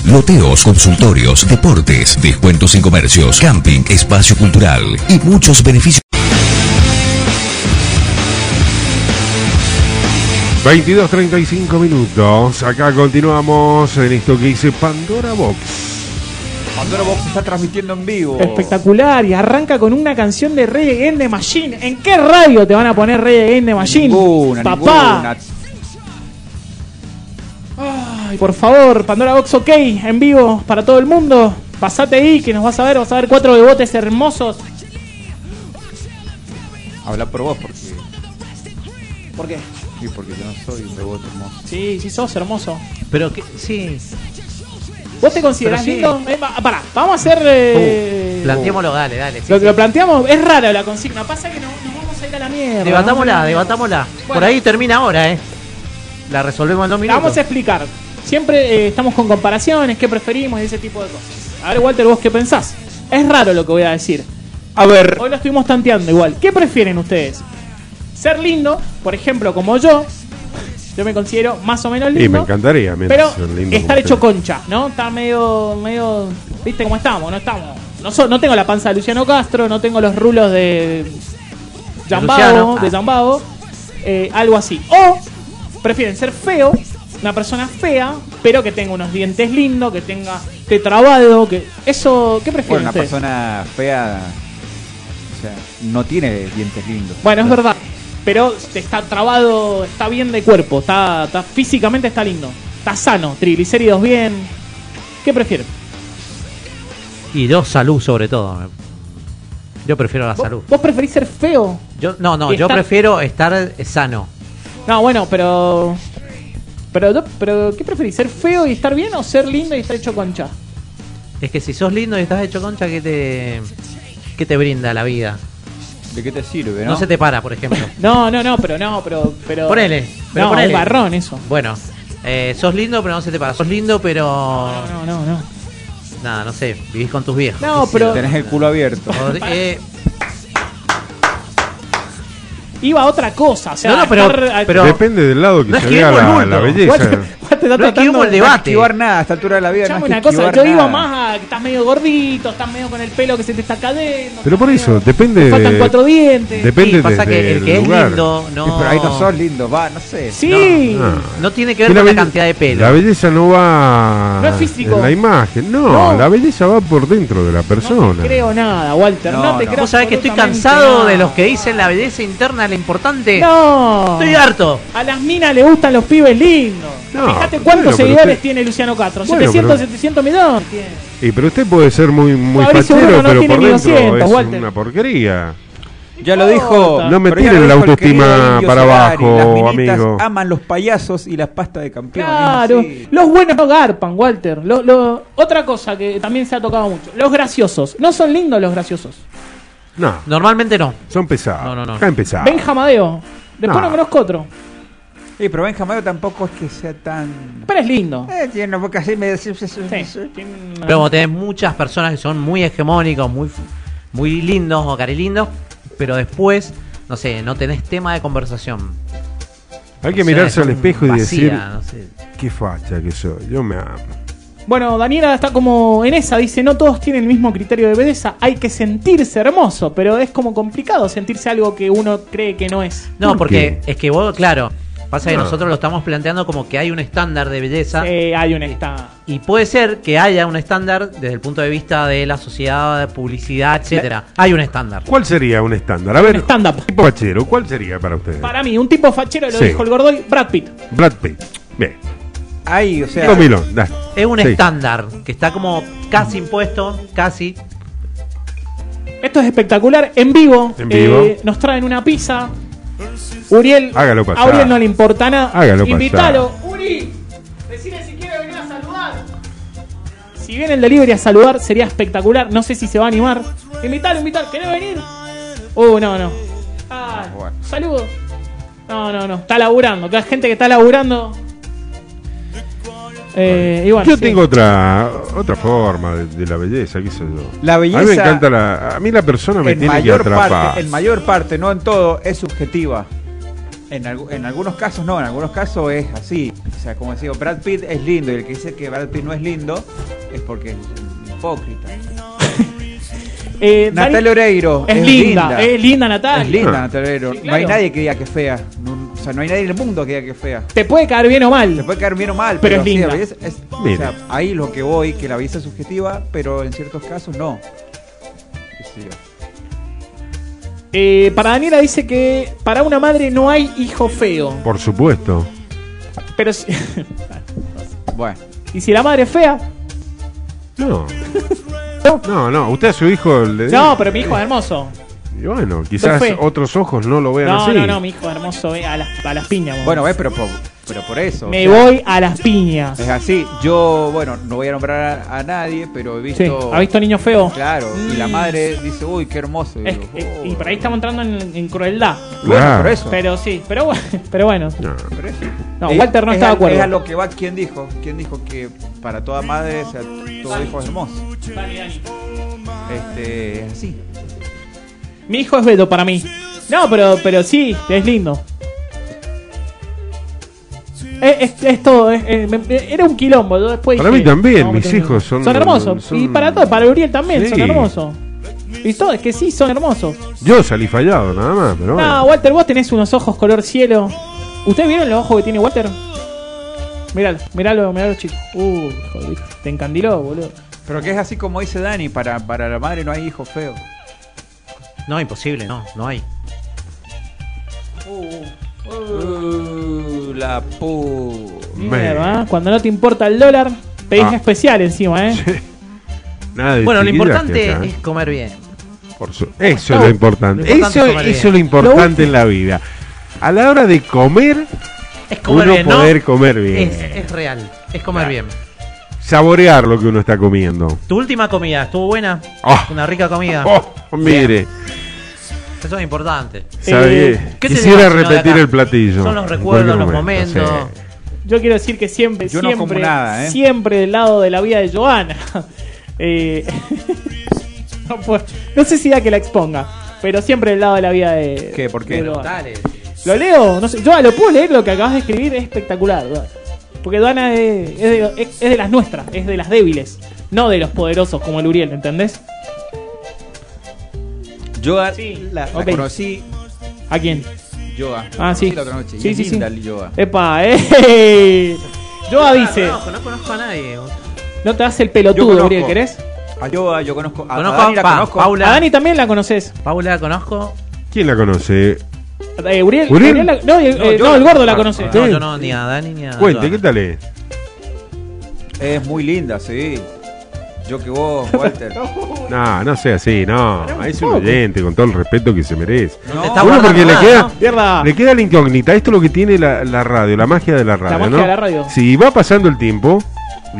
Loteos, consultorios, deportes, descuentos en comercios, camping, espacio cultural y muchos beneficios.
22.35 minutos. Acá continuamos en esto que dice Pandora Box.
Pandora Box está transmitiendo en
Oh.
vivo.
Espectacular y arranca con una canción de Rey Again de Machine. ¿En qué radio te van a poner Rey Again de Machine?
Ninguna,
Papá. Ay, por favor, Pandora Box OK, en vivo para todo el mundo. Pasate ahí que nos vas a ver, vas a ver cuatro devotes hermosos.
ninguna. Habla por vos porque.
¿Por qué?
Sí, porque yo no soy un devoto hermoso.
Sí, sí sos hermoso.
Pero que, sí,
¿Vos te considerás
sí. Uh,
lindo? Eh, va- pará, vamos a hacer. eh,
planteémoslo, dale, dale. sí,
Lo,
sí.
lo planteamos, es rara la consigna, pasa que no- nos vamos a ir a la mierda.
Debatámosla,
Vamos a ir a la mierda.
debatámosla. Por
Bueno.
ahí termina ahora, ¿eh? La resolvemos en dos
La
minutos.
vamos a explicar. Siempre eh, estamos con comparaciones, qué preferimos y ese tipo de cosas. A ver, Walter, vos qué pensás. Es raro lo que voy a decir.
A ver.
Hoy lo estuvimos tanteando igual. ¿Qué prefieren ustedes? Ser lindo, por ejemplo, como yo. Yo me considero más o menos
Y
lindo.
me encantaría, me
Pero
ser lindo
estar
como
hecho
usted.
concha, ¿no? Está medio, medio, viste cómo estamos, no estamos. No, so- no tengo la panza de Luciano Castro, no tengo los rulos de Jambao,
Luciano.
de
Ah.
Jambao, eh, algo así. O prefieren ser feo, una persona fea, pero que tenga unos dientes lindos, que tenga te trabado, que eso, ¿qué
Bueno,
prefieren
una
ustedes?
persona fea. O sea, no tiene dientes lindos.
Bueno, es verdad, pero está trabado, está bien de cuerpo, está, está- físicamente está lindo, está sano, triglicéridos bien. ¿Qué prefieren?
Y yo salud sobre todo. Yo prefiero la
¿Vos-
salud.
¿Vos preferís ser feo?
Yo, no, no,
Y
yo
estar-
prefiero estar eh, sano.
No, bueno, pero. Pero, pero ¿qué preferís? ¿Ser feo y estar bien o ser lindo y estar hecho concha?
Es que si sos lindo y estás hecho concha, ¿qué te, qué te brinda la vida?
¿De qué te sirve,
No,
no?
se te para, por ejemplo.
No, no, no, pero no, pero. pero
Ponele, pero
no,
ponele.
es barrón eso.
bueno, eh, sos lindo, pero no se te para. Sos lindo, pero.
No, no, no, no.
Nada, no sé, vivís con tus viejos.
No, pero.
Tenés el culo abierto.
O- eh,
Iba a otra cosa. O sea,
No, no, pero-
estar-
pero-
Depende del lado que
No
se vea
esquivemos el
la,
bulto.
la belleza.
Te está
no
tratando
esquivemos el
de-
No hay que
debate.
esquivar nada a esta altura de la vida. No hay
Escuchame
que
una cosa,
esquivar
yo iba
nada.
más a que estás medio gordito, estás medio con el pelo que se te está cayendo.
Pero por eso, depende
Te faltan
de-
cuatro dientes.
Depende
sí, pasa
desde
que el que
lugar.
es lindo no,
Sí, pero ahí no sos lindo, va, no sé.
sí.
Ah.
no tiene que ver
Y
con la
belle-
cantidad de pelo.
La belleza no va
No es físico.
en la imagen. No,
No.
la belleza va por dentro de la
No
persona.
te creo nada, Walter. No,
No,
te
no.
creo
Vos sabés que estoy
absolutamente
cansado
nada.
de los que dicen la belleza interna es la importante.
No.
Estoy harto.
A las minas le gustan los pibes lindos.
No,
Fíjate
bueno,
cuántos
pero
seguidores
usted-
tiene Luciano Castro.
Bueno,
700,
pero-
700 millones. tiene.
Y pero usted puede ser muy muy
Fabricio
fachero,
Bruno no
pero
tiene
por
ni
dentro
200,
es
Walter.
una porquería.
Ya lo dijo.
No me
pero ya
tiren
lo
la
dijo el querido
autoestima
Indio
para
Solari,
abajo,
las minitas
amigo.
Aman los payasos y la pasta de campeón.
Claro.
es así.
Los buenos no garpan, Walter. Lo- lo- Otra cosa que también se ha tocado mucho. Los graciosos. No son lindos los graciosos.
No.
Normalmente no.
Son pesados. No, no, no. Acá empezados.
Benja Madeo.
Ah.
Después no conozco otro.
Sí, pero Benja Madeo tampoco es que sea tan.
Pero es lindo.
Eh, tiene porque así me decís.
Pero como tenés muchas personas que son muy hegemónicos, muy, muy lindos o carilindos, pero después, no sé, no tenés tema de conversación.
Hay
No sé,
que mirarse al
son
espejo y
vacía,
decir,
no sé.
qué facha que soy, yo me amo.
Bueno, Daniela está como en esa, dice, no todos tienen el mismo criterio de belleza, hay que sentirse hermoso, pero es como complicado sentirse algo que uno cree que no es.
No, porque es que vos, claro, pasa que
No.
nosotros lo estamos planteando como que hay un estándar de
Ah.
belleza.
Eh, hay un estándar.
Y puede ser que haya un estándar desde el punto de vista de la sociedad, de publicidad, etcétera. Hay un estándar.
¿Cuál sería un estándar? A ver, tipo fachero, ¿cuál sería para ustedes?
Para mí, un tipo fachero, lo
Sí.
dijo el Gordoy, Brad Pitt.
Brad Pitt. Bien.
Ay, o sea.
Diego Milón, dale.
Es un
Sí.
estándar que está como casi impuesto, casi.
Esto es espectacular, en vivo. eh,
En vivo.
nos traen una pizza. Uriel,
Hágalo
a
pasar.
Uriel no le importa nada.
Hágalo pasar.
Invítalo. Uri, decile si quiere venir a saludar. Si viene el delivery a saludar, sería espectacular. No sé si se va a animar. Invítalo, invítalo. ¿Querés venir? Uh, no, no. Ah, saludos. No, no, no. Está laburando. Que hay gente que está laburando. Eh, y bueno,
yo
sí.
tengo otra otra forma de, de la belleza, qué sé yo.
La
A mí me
belleza-
encanta la a mí la persona me
en
tiene que
mayor
atrapar.
parte, en mayor parte, no en todo, es subjetiva. En, algu- en algunos casos no, en algunos casos es así. O sea, como decía, Brad Pitt es lindo y el que dice que Brad Pitt no es lindo es porque es un hipócrita.
Eh, Dani-
Natalia Oreiro
Es, linda, es linda Natalia.
Es linda Natalia Oreiro.
Sí,
No hay
claro.
nadie que diga que es fea. No- o sea, no hay nadie en el mundo que diga que es fea.
Te puede caer bien o mal.
Te puede caer bien o mal, pero,
Pero es
sí,
linda.
a veces es- o
Mire.
sea, ahí lo que voy, que la belleza es subjetiva, pero en ciertos casos no. Qué sé yo.
Eh, para Daniela dice que para una madre no hay hijo feo.
Por supuesto.
Pero si-
Bueno.
¿Y si la madre es fea?
No. No, no, usted a su hijo le
No, pero mi hijo es hermoso.
Y bueno, quizás
Pero fue.
otros ojos no lo vean
No,
así.
no, no, mi hijo es hermoso. eh, a, las, a las piñas. vos.
Bueno, ves, pero por, pero por eso. o
Me
sea,
voy a las piñas.
Es así. Yo, bueno, no voy a nombrar a, a nadie, pero he visto.
Sí, ¿ha visto niños feos?
Claro. Y la madre dice, uy, qué hermoso.
Es-
Digo, "Oh".
eh, y por ahí estamos entrando en, en crueldad.
Bueno, Claro. por eso.
Pero sí, pero bueno. Pero bueno.
por eso.
No,
Eh,
Walter no
es
está de
a-
acuerdo.
Es a lo que va, ¿quién dijo? ¿Quién dijo que para toda madre, o sea, todo hijo es hermoso? Este, es así.
Mi hijo es bello para mí. No, pero, pero sí, es lindo. Es, es- es todo, es- es- me- me- era un quilombo. yo después
Para
dije,
mí también,
no,
mis
me-
hijos son
Son hermosos.
son-
Y para todos, para Uriel también, son
Sí.
hermosos. Y todo, es que sí, son hermosos.
Yo salí fallado nada más, pero bueno.
No, Walter, vos tenés unos ojos color cielo. ¿Ustedes vieron los ojos que tiene Walter? Míralo, míralo, míralo, chicos. Uh, joder, te encandiló, boludo.
Pero que es así como dice Dani, para, para la madre no hay hijo feo.
No, imposible, no, no hay.
Uh, la pu.
Mierda, ¿eh? cuando no te importa el dólar, pedís
Ah.
especial encima, ¿eh?
Nada de
Bueno, lo
chiquillaje
importante
acá, ¿eh?
es comer bien.
Por su- Eso es lo
Lo
importante.
importante
eso,
es comer
eso es lo
bien. Lo
importante
último.
en la vida. A la hora de comer,
Es comer
uno
bien, ¿no?
poder comer bien.
Es, es real, es comer bien.
Saborear lo que uno está comiendo.
¿Tu última comida estuvo buena?
Ah.
Una rica comida.
Oh, mire,
Eso es importante.
Sabía-
Eh, ¿qué te
quisiera
digo, señor, de
repetir
acá?
el platillo.
Son los
En
recuerdos, los
cualquier
momentos.
momento,
Yo quiero decir que siempre,
Yo no
siempre,
como nada, ¿eh?
siempre del lado de la vida de Joana. Eh, no, puedo- no sé si da que la exponga, pero siempre del lado de la vida de.
¿Qué? ¿Por qué?
de Joana. Lo leo, no sé. Joana, lo puedo leer, lo que acabas de escribir es espectacular, Joana. Porque Joana es, es de, es- es de las nuestras, es de las débiles, no de los poderosos como el Uriel, ¿entendés?
Yo a- la, la
ok.
conocí.
¿A quién?
Yoga. La
Ah,
conocí
sí.
La otra noche.
Sí,
y es
sí, sí.
linda el yoga.
Epa, eh. Joa dice,
No, no Ah, conozco a nadie.
no te hagas el
Yo
pelotudo,
conozco.
Uriel, ¿querés?
A yoga Ah, yo conozco. A,
Conozco
a Dani
a
la
Pa-
conozco.
A Dani también la conoces.
Paula la conozco.
¿Quién la conoce?
Eh, Uriel,
¿Uriel?
Uriel la- no, eh,
No,
eh,
yo
no,
la-
el gordo la
ah,
conoce.
No, yo Ah, no, ni a Dani ni a.
Cuente, ¿qué tal es?
Es muy linda, sí. Yo que vos, Walter.
No, no sea así, no. Es un oyente con todo el respeto que se merece.
No.
Te está
Uno
guardando
porque le
nada,
queda,
¿no?
Mierda.
le queda la incógnita. Esto es lo que tiene la, la radio, la magia de la radio.
magia
¿no?
de la radio.
Si va pasando el tiempo,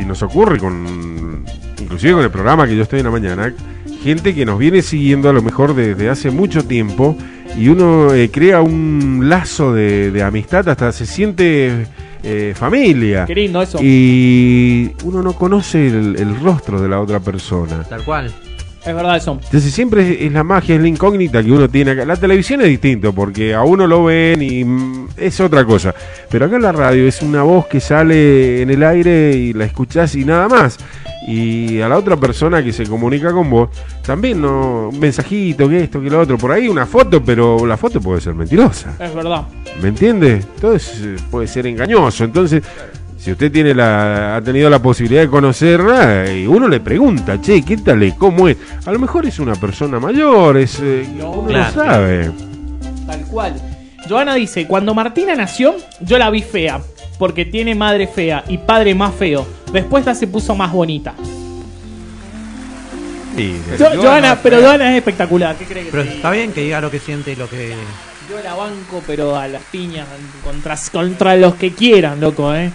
y nos ocurre con. Inclusive con el programa que yo estoy en la mañana, gente que nos viene siguiendo a lo mejor desde hace mucho tiempo y uno eh, crea un lazo de, de amistad, hasta se siente eh, familia.
Qué lindo eso.
Y uno no conoce el, el rostro de la otra persona.
Tal cual.
Es verdad eso.
Entonces siempre es, es la magia, es la incógnita que uno tiene acá. La televisión es distinto porque a uno lo ven y mm, es otra cosa. Pero acá en la radio es una voz que sale en el aire y la escuchás y nada más. Y a la otra persona que se comunica con vos, también no, un mensajito, que esto, que lo otro, por ahí una foto, pero la foto puede ser mentirosa.
Es verdad.
¿Me entiende? Entonces eh, puede ser engañoso. Entonces, si usted tiene la, ha tenido la posibilidad de conocerla, y uno le pregunta, che, ¿qué tal es? ¿Cómo es? A lo mejor es una persona mayor, es, eh, uno
claro.
lo sabe.
Tal cual. Joana dice, cuando Martina nació, yo la vi fea, porque tiene madre fea y padre más feo. Después ya se puso más bonita.
Sí,
Jo- Joana, pero Joana es espectacular. ¿Qué crees que
Pero
te diga?
está bien que diga lo que siente y lo que.
Yo la banco, pero a las piñas, contra, contra los que quieran, loco, eh.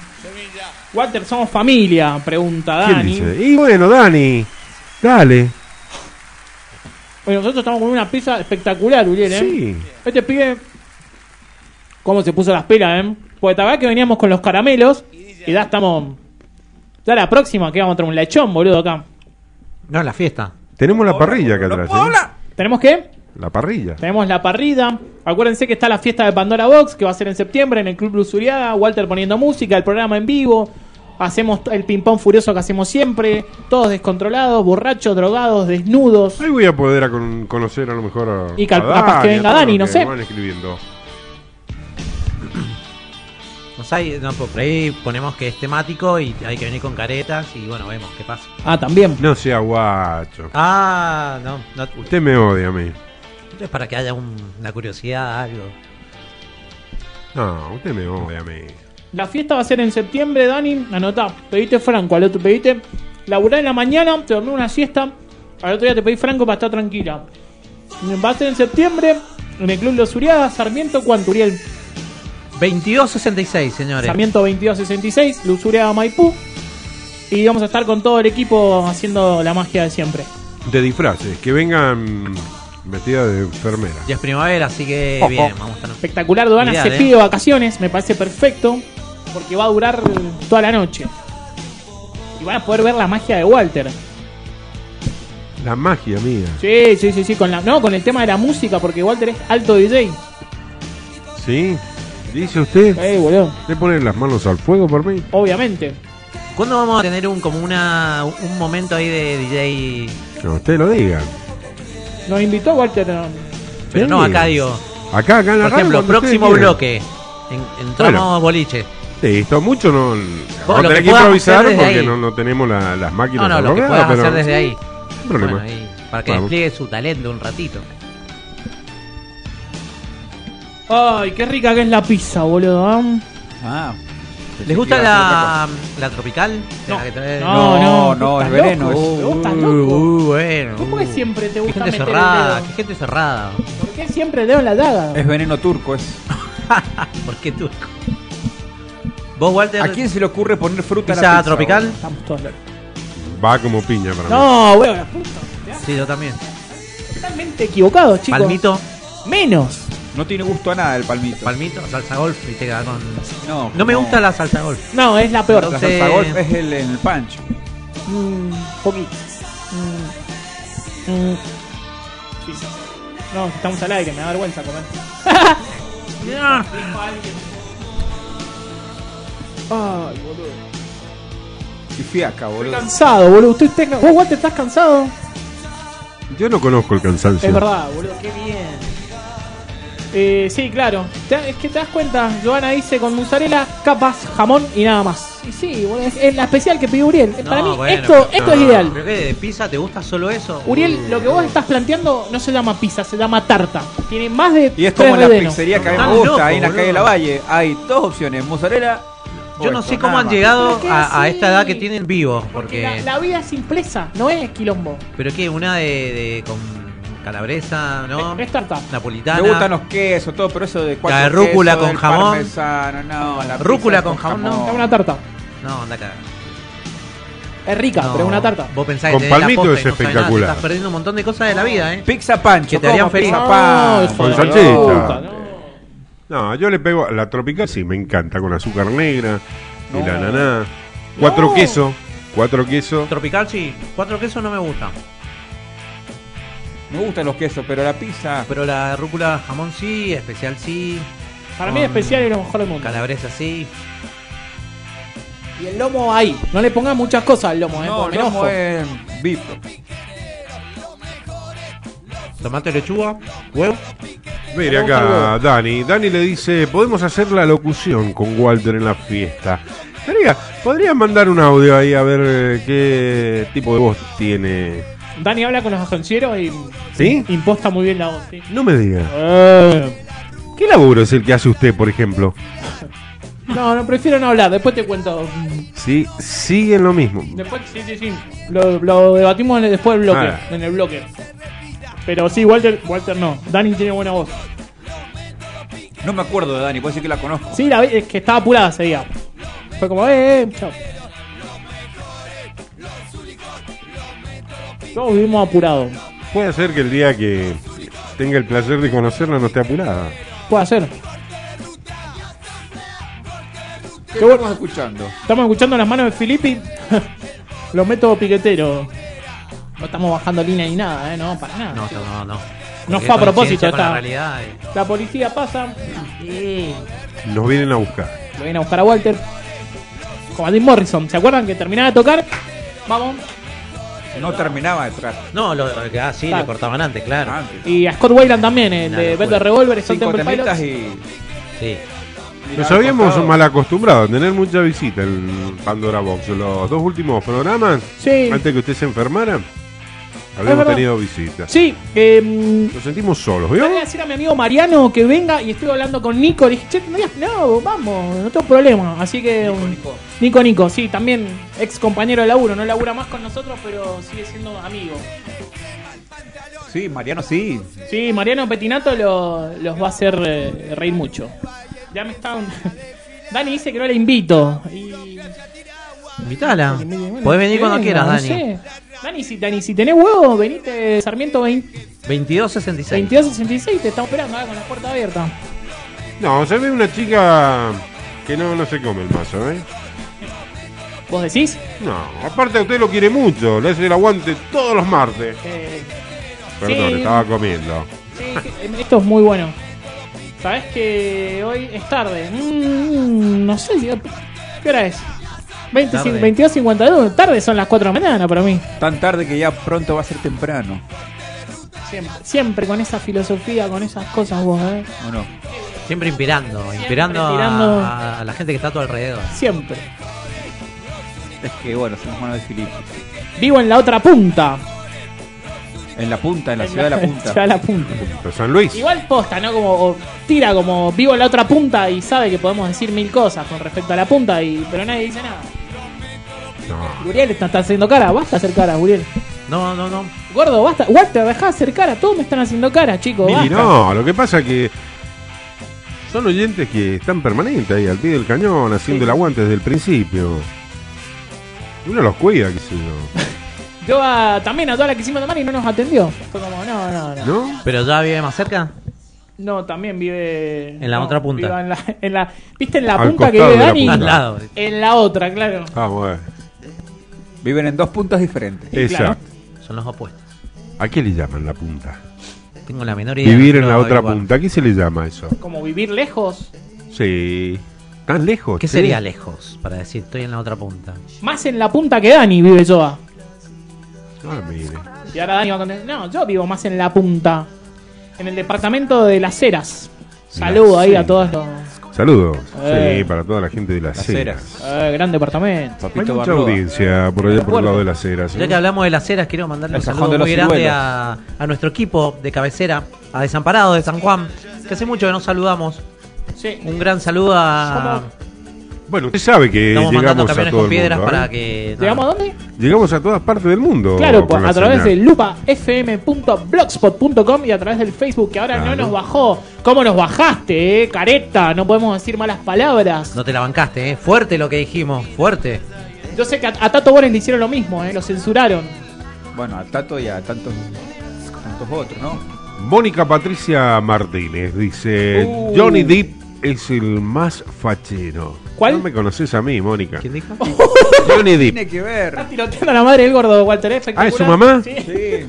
Walter, somos familia, pregunta
¿Quién
Dani.
dice? Y bueno, Dani, dale.
Bueno, nosotros estamos con una pizza espectacular, Uriel, ¿eh?
Sí.
Este pibe, cómo se puso las pilas, ¿eh? Porque tal vez que veníamos con los caramelos y ya estamos... Ya la próxima que vamos a traer un lechón, boludo, acá.
No, la fiesta.
Tenemos la parrilla acá atrás. ¿eh?
¿Tenemos qué?
La parrilla.
Tenemos la parrida. Acuérdense que está la fiesta de Pandora Box, que va a ser en septiembre en el Club Lusuriaga. Walter poniendo música, el programa en vivo. Hacemos t- el ping-pong furioso que hacemos siempre. Todos descontrolados, borrachos, drogados, desnudos.
Ahí voy a poder a con- conocer a lo mejor a.
Y cal-
a
capaz que
a
venga
todos
Dani,
los
no
que
sé.
Van escribiendo.
No sé, hay- no, pues, por ahí ponemos que es temático y hay que venir con caretas y bueno, vemos qué pasa.
Ah, también.
No sea guacho.
Ah, no, no
Usted me odia a mí.
es para que haya un- una curiosidad, algo.
No, usted me odia a mí.
La fiesta va a ser en septiembre, Dani. Anotá, pediste Franco, al otro pediste laburar en la mañana, te dormí una siesta. Al otro día te pedí Franco para estar tranquila. Va a ser en septiembre en el Club Los Uriaga, Sarmiento Cuanturiel.
2266, señores.
Sarmiento 2266, Lusurea Maipú. Y vamos a estar con todo el equipo haciendo la magia de siempre.
De disfraces, que vengan vestida de enfermera.
Ya es primavera, así que
Ojo.
bien, vamos a estar.
Espectacular, Duana
Ideal,
se
eh.
pide vacaciones, me parece perfecto, porque va a durar toda la noche. Y van a poder ver la magia de Walter.
La magia mía.
Sí, sí, sí, sí, con la, no, con el tema de la música, porque Walter es alto DJ.
¿Sí? ¿Dice usted?
Eh, boludo.
¿Le ponen las manos al fuego por mí?
Obviamente.
¿Cuándo vamos a tener un como una un momento ahí de DJ?
Que usted lo diga.
Nos invitó Walter. ¿no?
Pero
Sí.
no acá digo.
Acá, acá en la
Por ejemplo,
radio, cuando
próximo
ustedes
bloque.
quieran.
En- entramos
Bueno.
boliche.
Listo, mucho no. Vamos a
lo
tener
que
que
podamos
improvisar
hacer desde
porque
ahí.
no, no tenemos la- las máquinas
No, no, lo que
arregladas,
puedas hacer desde ahí.
Ah, No problema.
Bueno, ahí, para que
Vamos.
despliegue su talento un ratito.
Ay, qué rica que es la pizza, boludo. ¿ah?
Ah.
¿Les gusta la, la tropical?
No.
La que trae-
No, no, no, es
estás
vereno.
loco,
es-
vos estás
Uh,
loco.
uh, bueno.
¿Cómo
uh.
que siempre te
Qué
gusta
gente
meter el
cerrada,
dedo?
qué gente cerrada.
¿Por qué siempre el dedo en la daga?
Es veneno turco, es.
¿Por qué turco? ¿Vos, Walter?
¿A quién se le ocurre poner fruta a la
¿Pizza
pizza,
tropical?
boludo?
Estamos todos locos.
Va como piña para mí.
No, weón, la puta.
Sí, yo también.
Totalmente equivocados, chicos.
Palmito,
Menos.
No tiene gusto a nada el palmito.
palmito, salsa golf, viste que va con.
No,
No me
como-
gusta la salsa golf.
No, es la peor.
La
Entonces-
salsa golf es el, el pancho.
Mm, poquito. Mm, mm. Sí, sí. No, estamos al aire, me da vergüenza comer. Ay, boludo.
Y fiaca, boludo.
Cansado, boludo. Usted, usted- vos, Walter, estás cansado.
Yo no conozco el cansancio.
Es verdad, boludo, qué bien. Eh, sí, claro. Te- es que te das cuenta, Joana dice con mozzarella, capas, jamón y nada más. Y sí, boludo, es, es la especial que pidió Uriel. Eh, Para
No,
mí,
bueno,
esto,
pero-
esto
no,
es ideal.
¿Pero qué? ¿De pizza te gusta solo eso?
Uriel, lo que vos estás planteando no se llama pizza, se llama tarta. Tiene más de.
Y es
tres
como la
rellenos.
pizzería que a mí
Están
me gusta,
locos,
ahí en la
boludo.
calle de la Valle. Hay dos opciones, mozzarella. o
Yo no
esto,
sé cómo
nada
han
más.
llegado
¿Pero qué
a, a
así?
esta edad que tienen vivo. Porque.
La, la vida es simpleza, no es quilombo.
¿Pero qué? ¿Una de, de- con calabresa, no?
Es, es tarta.
Napolitana.
Me gustan los quesos, todo, pero eso de cuatro
La de rúcula
quesos,
con
del
jamón.
parmesano, no, la
Rúcula
pizza
con jamón, no.
Es una tarta.
No, anda acá.
Es rica, pero es una tarta. Ah.
Vos pensás
Con
que te den la
palmito
posta
es
y no sabés nada, te
espectacular.
Estás perdiendo un montón de cosas de la vida, ¿eh?
Pizza Pancho.
Que te harían
como
feliz.
pizza pan.
hijo
Con
de
salchicha. No, yo le pego a la tropical, sí, me encanta, con azúcar negra, el ananá, cuatro
No.
quesos, cuatro quesos.
Tropical sí, cuatro quesos no me gusta.
Me gustan los quesos, pero la pizza.
Pero la rúcula jamón sí, especial sí.
Para mí especial es lo mejor del mundo.
Calabresa sí.
Y el lomo ahí. No le pongas muchas cosas al lomo, ¿eh?
No,
porque me
no
enojo.
es beef.
Tomate, lechuga, huevo.
Mire
Me gusta
acá, Dani. Dani le dice, podemos hacer la locución con Walter en la fiesta. Estaría- ¿Podrías mandar un audio ahí a ver eh, qué tipo de voz tiene?
Dani habla con los agencieros y
¿Sí? Eh.
imposta muy bien la voz. ¿sí?
No me diga. ¿Qué laburo es el que hace usted, por ejemplo?
No, no, prefiero no hablar. Después te cuento.
Sí, siguen lo mismo.
Después, sí, sí, sí. Lo, lo debatimos en el- después del bloque.
Ah.
En el bloque. Pero sí, Walter, Walter no. Dani tiene buena voz.
No me acuerdo de Dani, puede ser que la conozco.
Sí, la ve- es que estaba apurada ese día. Fue como, eh, eh, chao. Todos vivimos apurados.
Puede ser que el día que tenga el placer de conocerla no esté apurada.
Puede ser.
¿Qué estamos escuchando?
Estamos escuchando las manos de Filippi. Los métodos piqueteros. No estamos bajando línea ni nada, ¿eh? No, para nada.
No, no, no. no.
No
Porque
fue a
es
propósito
coincidencia con La
esta.
realidad, eh.
La policía pasa. Y
Nos vienen a buscar.
lo viene a buscar a Walter. Como a Dean Morrison. ¿Se acuerdan que terminaba de tocar? Vamos.
No terminaba de tocar.
No, lo, lo que ah, sí,
Claro.
le cortaban antes, claro.
Y a Scott Wayland también, el
Una
de
locura.
Better Revolver, y Stone
Cinco
Temple
temitas
Pilots.
y.
Sí.
Nos habíamos mal acostumbrado a tener mucha visita en Pandora Box. Los dos últimos programas,
Sí.
antes que usted se enfermara,
Es
habíamos
verdad.
tenido visitas.
Sí, eh, mm,
Nos sentimos solos,
le
¿vio?
voy a decir a mi amigo Mariano que venga y estoy hablando con Nico. Le dije, che, no, digas- no, vamos, no tengo problema. Así que. Nico, Nico. Nico, sí, también ex compañero de laburo. No labura más con nosotros, pero sigue siendo amigo.
Sí, Mariano sí.
Sí, Mariano Petinato lo- los va a hacer eh, reír mucho. Ya me están. Dani dice que no le invito. Y-
Invitala.
bueno,
Podés venir
que
cuando
venga,
quieras,
no
Dani.
sé. Dani si, Dani, si tenés huevo, venite Sarmiento 20
2266.
2266. Te está esperando ah, con la puerta abierta.
No, se ve una chica que no, no se come el mazo, ¿eh?
¿Vos decís?
No, aparte usted lo quiere mucho, le hace el aguante todos los martes.
Eh,
Perdón,
Sí.
estaba comiendo.
sí, que- esto es muy bueno. Sabés que hoy es tarde. Mm, no sé, ¿qué hora es? 20,
Tarde.
22.52. Tarde son las 4 de la mañana para mí.
Tan tarde que ya pronto va a ser temprano.
Siempre, siempre con esa filosofía, con esas cosas vos, ¿eh?
¿O no?
Siempre inspirando, inspirando, a-
inspirando.
A, la gente que está a tu alrededor.
Siempre.
Es que bueno, somos manos de Filipe.
Vivo en la otra punta.
En la punta, en la ciudad de la punta.
Ciudad de la punta.
Pero San Luis.
Igual posta, ¿no? Como o tira como vivo en la otra punta y sabe que podemos decir mil cosas con respecto a la punta, y pero nadie dice nada.
No.
Guriel está, está haciendo cara, basta hacer cara, Guriel.
No, no, no.
Gordo, basta. Walter, dejá de hacer cara, todos me están haciendo cara, chicos.
Y
basta.
no, lo que pasa es que son oyentes que están permanentes ahí al pie del cañón, haciendo
Sí.
el aguante desde el principio. Uno los cuida, qué sé yo.
Yo a- también a toda la que hicimos tomar y no nos atendió. Fue como, no, no, no.
¿No?
Pero ya vive más cerca.
No, también vive.
En la
no,
otra punta.
vive En la, en la- ¿Viste en la
Al
punta que
costado
vive
de la
Dani?
punta.
Al lado.
En la otra, claro.
Ah, bueno.
Viven en dos puntas diferentes.
Exacto.
Son los opuestos.
¿A qué le llaman la punta?
Tengo la menor idea.
Vivir en
no
la
puedo
otra
averiguar.
punta. ¿A qué se le llama eso?
Como vivir lejos.
Sí. ¿Tan lejos?
¿Qué
che?
sería lejos? Para decir, estoy en la otra punta.
Más en la punta que Dani vive Joa.
Ah, mire.
Y ahora Dani va a contestar. No, yo vivo más en la punta. En el departamento de las Heras. Saludo
Las
ahí a
Heras.
todos los.
Saludos.
Eh.
Sí, para toda la gente de las,
Las
Heras.
Heras.
Eh, gran departamento.
Hay
Papito
mucha
Barloa.
audiencia por allá por el
Acuerdo.
lado de las Heras. ¿eh?
Ya que hablamos de las ceras, quiero mandarle
El
un
cajón
saludo
de los
muy grande
ciruelos.
a, a nuestro equipo de cabecera, a Desamparado de San Juan, que hace mucho que nos saludamos.
Sí.
Un gran saludo
Ah,
a.
Bueno, usted sabe que
Estamos mandando
llegamos a
camiones
todo
con
el
piedras
mundo.
para
¿eh?
que. nada,
¿Llegamos a dónde?
Llegamos a todas partes del mundo.
Claro,
con
pues,
la
a través
señal.
de lupafm.blogspot.com y a través del Facebook, que ahora
Claro.
no nos bajó. ¿Cómo nos bajaste, eh? Careta, no podemos decir malas palabras.
No te la bancaste, ¿eh? Fuerte lo que dijimos, fuerte.
Yo Yo sé que a, a Tato Bores le hicieron lo mismo, ¿eh? lo censuraron.
Bueno, a Tato y a tantos, tantos otros, ¿no?
Mónica Patricia Martínez dice:
Uh.
Johnny Depp es el más fachero. ¿Cuál? No me conoces a mí, Mónica. ¿Quién dijo? Johnny Depp.
Tiene que ver.
Está tiroteando a la madre del gordo Walter F.
Ah, ¿es su mamá?
Sí.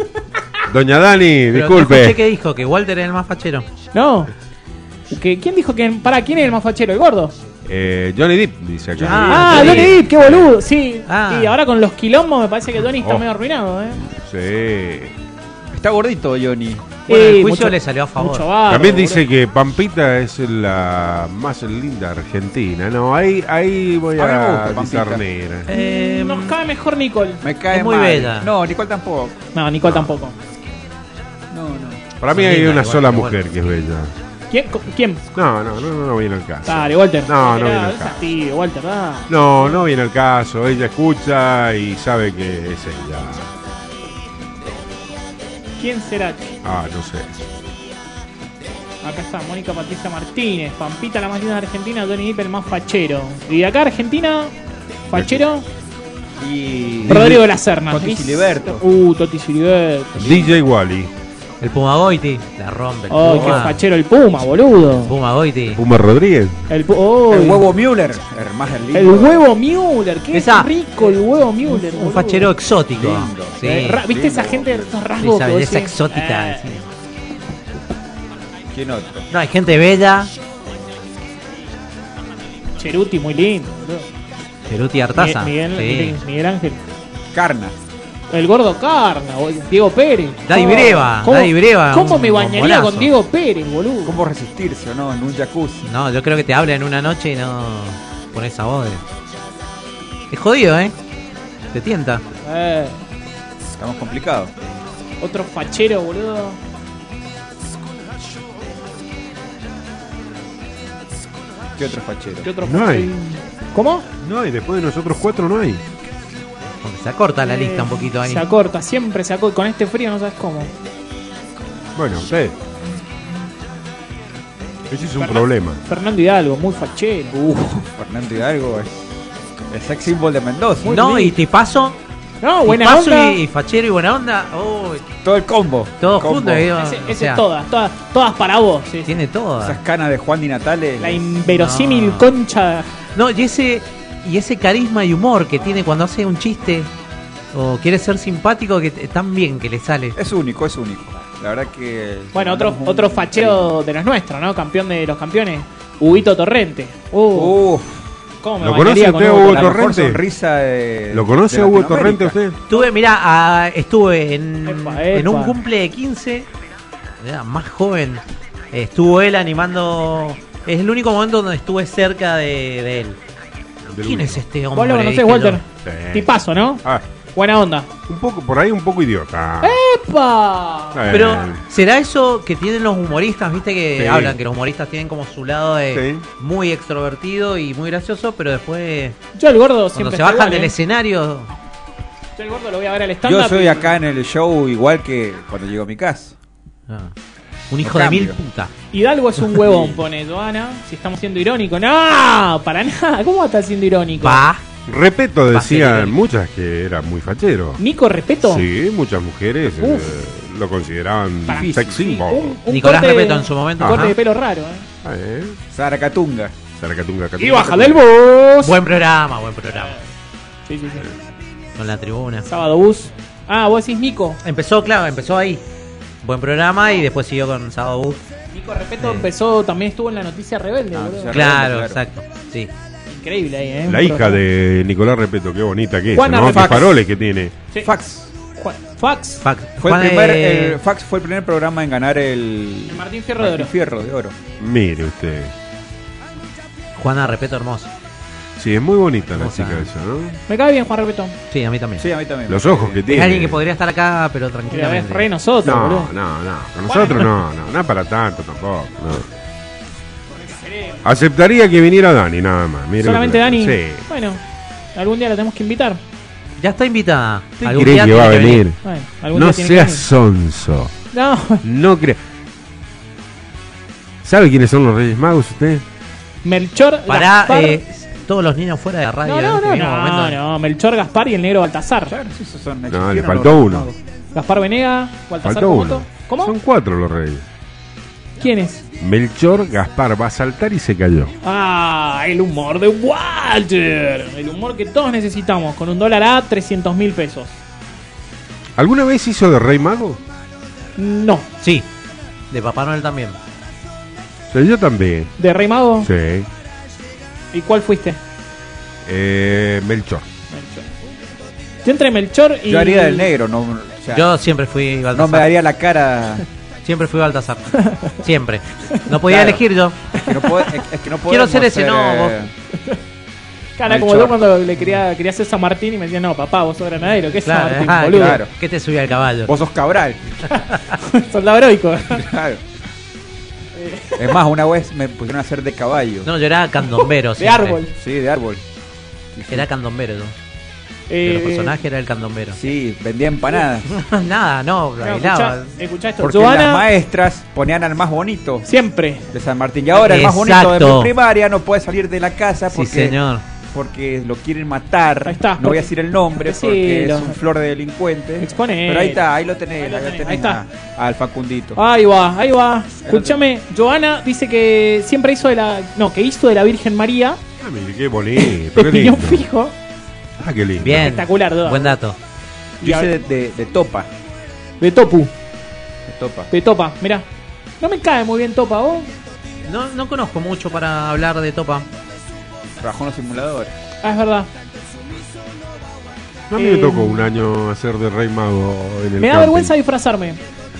Doña Dani,
Pero
disculpe.
escuché que dijo que Walter era el más fachero.
No. ¿Que, ¿Quién dijo que.? ¿Para quién es el más fachero? ¿El gordo?
Eh, Johnny Depp dice acá.
Ah,
Johnny
Johnny Depp, qué boludo. Sí.
Ah.
Y ahora con los quilombos me parece que Johnny está
Oh.
medio arruinado, ¿eh?
Depp. Sí.
Está gordito, Johnny.
Bueno, el
Eh,
juicio
mucho-
le salió a favor.
mucho barro,
También
boludo.
dice que Pampita es la más linda argentina. No, ahí, ahí voy
A mí me gusta
a,
Pampita.
discernir.
Eh,
Nos cae mejor Nicole.
Me cae
Es muy
mal.
bella.
No, Nicole tampoco.
No, Nicole tampoco.
No, no.
Para mí
Son
hay
lindas,
una
igual,
sola
pero
mujer que es bella.
¿Quién? Co- ¿Quién?
No, no, no, no, no viene al caso.
Dale, Walter.
No, no
Mirá,
viene al
no
caso.
seas tibio, Walter, dale.
No, no viene al caso. Ella escucha y sabe que es ella.
¿Quién será?
Ah, no sé.
Acá está Mónica Patricia Martínez, Pampita la más linda de Argentina, Johnny Depp el más fachero. Y de acá Argentina, fachero,
Y.
Rodrigo de la Serna.
Toti Siliberto.
Uh, Toti Siliberto.
DJ Wally.
El Puma Goiti la rompe. El
Oh, qué
Puma,
fachero el Puma, boludo.
Puma Goiti.
Puma Rodríguez.
El, pu- oh,
El huevo Müller. El más lindo.
El huevo Müller, qué
Esa-
rico el huevo Müller. boludo.
Un fachero exótico.
Lindo.
Sí.
Eh, ra- ¿Viste esa gente de estos rasgos?
Esa
que vos
belleza
decís?
exótica.
Eh,
sí.
¿Quién otro?
No, hay gente bella.
Cheruti, muy lindo. boludo.
Ceruti Artaza.
Miguel,
sí.
Miguel, Miguel Ángel.
Carna.
El gordo Carna, boludo. Diego Pérez.
Daddy
Oh,
Breva,
¿cómo-
Daddy Breva,
¿Cómo
un
me bañaría
bombolazo.
con Diego Pérez, boludo?
¿Cómo resistirse o no? En un jacuzzi.
No, yo creo que te habla en una noche y no pones esa voz. de- Es jodido, ¿eh? Te tienta.
Eh,
Estamos complicados.
otro fachero, boludo.
¿Qué otro fachero?
¿Qué otro
No hay.
fachero? ¿Cómo?
No hay, después de nosotros cuatro no hay.
Porque se acorta la
Eh,
lista un poquito ahí.
Se acorta, siempre se acorta. Con este frío no sabes cómo.
Bueno, usted. Ese es un
Fernan-
problema.
Fernando Hidalgo, muy fachero.
Uh, Fernando Hidalgo es el sex symbol de Mendoza.
No, y te paso.
No,
Te
Oh, buena
paso
onda.
y, y fachero y buena onda. Oh,
Todo el combo.
todo
Combo.
junto. digo,
Ese,
o
ese
sea,
es todas, todas, todas para vos. sí.
Tiene todo.
Esas canas de Juan Di Natale.
La inverosímil
No.
concha.
No, y ese, y ese carisma y humor que tiene cuando hace un chiste o quiere ser simpático, que t- tan bien que le sale.
Es único, es único. La verdad que.
Bueno, otro,
Un-
otro fachero de los nuestros, ¿no? Campeón de los campeones. Huguito Torrente. Uh,
Uf,
¿Cómo me
¿Lo conoce
bañaría con
usted,
Hugo
Hugo
Torrente?
la mejor
Torrente?
sonrisa de.
¿Lo conoce
de
a Hugo Torrente
Latinoamérica.
usted?
Estuve, mirá, a- estuve en,
Epa, epa.
en un cumple de 15, era más joven. Estuvo él animando. Es el único momento donde estuve cerca de, de él. ¿Quién
Del único.
es este hombre?
Vos lo conocés,
Dije
Walter.
yo.
Sí.
Tipazo, ¿no?
Ah,
Buena onda.
un poco, por ahí un poco idiota.
Eh, ¡Epa!
Eh,
Pero, ¿será eso que tienen los humoristas? Viste que
Sí.
hablan que los humoristas tienen como su lado de
Sí.
muy extrovertido y muy gracioso, pero después
Yo el gordo
Cuando
siempre.
se
está
bajan
igual,
del
¿eh?
escenario,
Yo el gordo lo voy a ver al stand-up.
Yo soy
y-
acá en el show igual que cuando llego a mi casa.
ah, un hijo de
cambio.
mil puta.
Hidalgo es un huevón, pone Joana. Si estamos siendo irónicos. ¡No! Para nada. ¿Cómo va a estar siendo irónico?
Pa.
Repeto,
Pastelerón.
decían muchas que era muy fachero.
Nico, respeto.
Sí, muchas mujeres eh, lo consideraban
Para mí, Uh.
sex symbol.
Un, un
Nicolás
corte-
Repeto en su momento.
Un corte
Ajá.
de pelo raro, ¿eh?
Ah, ¿eh?
Saracatunga.
Saracatunga, catunga,
Y baja
catunga.
del bus.
Buen programa, buen programa.
Sí, sí, sí.
Con la tribuna.
Sábado bus. Ah, vos decís Nico.
Empezó, claro, empezó ahí. Buen programa y después siguió con Sábado Bus.
Nico Repeto
Sí.
empezó, también estuvo en la noticia rebelde,
Ah,
boludo.
ya.
Claro,
claro.
exacto. Sí.
Increíble ahí, ¿eh?
La hija de Nicolás Repeto, qué bonita que es.
Juana
¿no? Qué
Refax.
faroles que tiene.
Sí.
Fax.
Juan- Fax.
Fac-
Fue el
Juan,
primer,
eh,
el Fax fue el primer programa en ganar el.
El Martín Fierro de Oro.
Fierro de Oro.
Mire usted.
Juana Repeto hermoso.
Sí, es muy bonita la
Hermosa.
chica esa, ¿no?
Me cae bien Juan Repeto.
Sí, a mí también.
Sí, a mí también.
Los ojos que
Es
tiene.
alguien que podría estar acá, pero
Mira, ves
tranquilamente.
re nosotros, boludo.
No, no, no. Con nosotros no, no. No es para tanto tampoco. no. Aceptaría que viniera Dani, nada más. mire
Solamente
usted.
Dani.
Sí.
Bueno, algún día la tenemos que invitar.
Ya está invitada.
¿Usted
Algún
cree
día
que
tiene
va a
que
venir?
Bueno, algún
No
día tiene
seas sonso.
que venir. No,
No crea. ¿Sabe quiénes son los Reyes Magos usted?
Melchor.
Pará,
Gaspar,
eh, todos los niños fuera de la radio.
No,
en
no, no,
este mismo
no,
momento.
no, Melchor Gaspar y el negro Baltasar.
No, le faltó uno.
Gaspar Venega, Baltasar
Faltó
Comoto.
uno.
¿Cómo?
Son cuatro los reyes.
¿Quién es?
Melchor, Gaspar va a saltar y se cayó.
Ah, el humor de Walter. El humor que todos necesitamos. Con un dólar a 300 mil pesos.
¿Alguna vez hizo de rey mago?
No.
Sí. De Papá Noel también.
Sí, yo también.
¿De Rey Mago?
Sí.
¿Y cuál fuiste?
Eh, Melchor.
Yo entre Melchor y.
Yo haría del negro, no. o sea,
Yo siempre fui Baltasar.
no me daría la cara.
Siempre fui Baltasar. siempre. No podía
Claro.
elegir yo.
Es que no puede- es- es que no
Quiero ser
podemos
ese, no.
ser,
vos.
eh,
Cara, como
Melchor.
yo cuando le quería, quería hacer San Martín y me decía, no, papá, vos sos granadero. ¿Qué es
Claro,
San Martín,
ah,
boludo?
claro. ¿Qué te subí al caballo?
Vos sos cabral.
Soldado heroico.
Claro.
Eh.
Es más, una vez me pusieron a hacer de caballo.
No, yo era candombero.
De
siempre.
árbol. Sí, de árbol.
Era candombero yo.
Eh,
De los personajes era el candombero.
Sí, vendía empanadas.
Nada, no,
No,
bailaba.
escuchá- escuchá esto.
Porque las
Joana,
maestras ponían al más bonito
siempre.
de San Martín. Y ahora el más
Exacto.
bonito de mi primaria no puede salir de la casa
Sí,
porque,
señor.
porque lo quieren matar.
Ahí
no
está,
voy
porque-
a decir el nombre porque
Decilo.
es un flor de delincuente.
Exponé.
Pero ahí está, ahí lo tenés. Ahí,
lo
lo
tenés,
tenés
ahí está. Ah,
a- al Facundito.
Ahí va, ahí va. Escúchame, Joana dice que siempre hizo de la. No, que hizo de la Virgen María.
Ah, mire, qué bonito.
De
qué lindo.
piñón fijo.
Ah, qué lindo.
Bien.
Espectacular, Doda.
Buen dato.
Yo hice de, de- de topa.
De Topu.
De topa.
De Topa, mirá. No me cae muy bien Topa, vos.
No, no conozco mucho para hablar de Topa.
Trabajó en los simuladores.
Ah, es verdad.
A mí me
Eh,
tocó un año hacer de rey mago en el
Me da
camping.
vergüenza disfrazarme.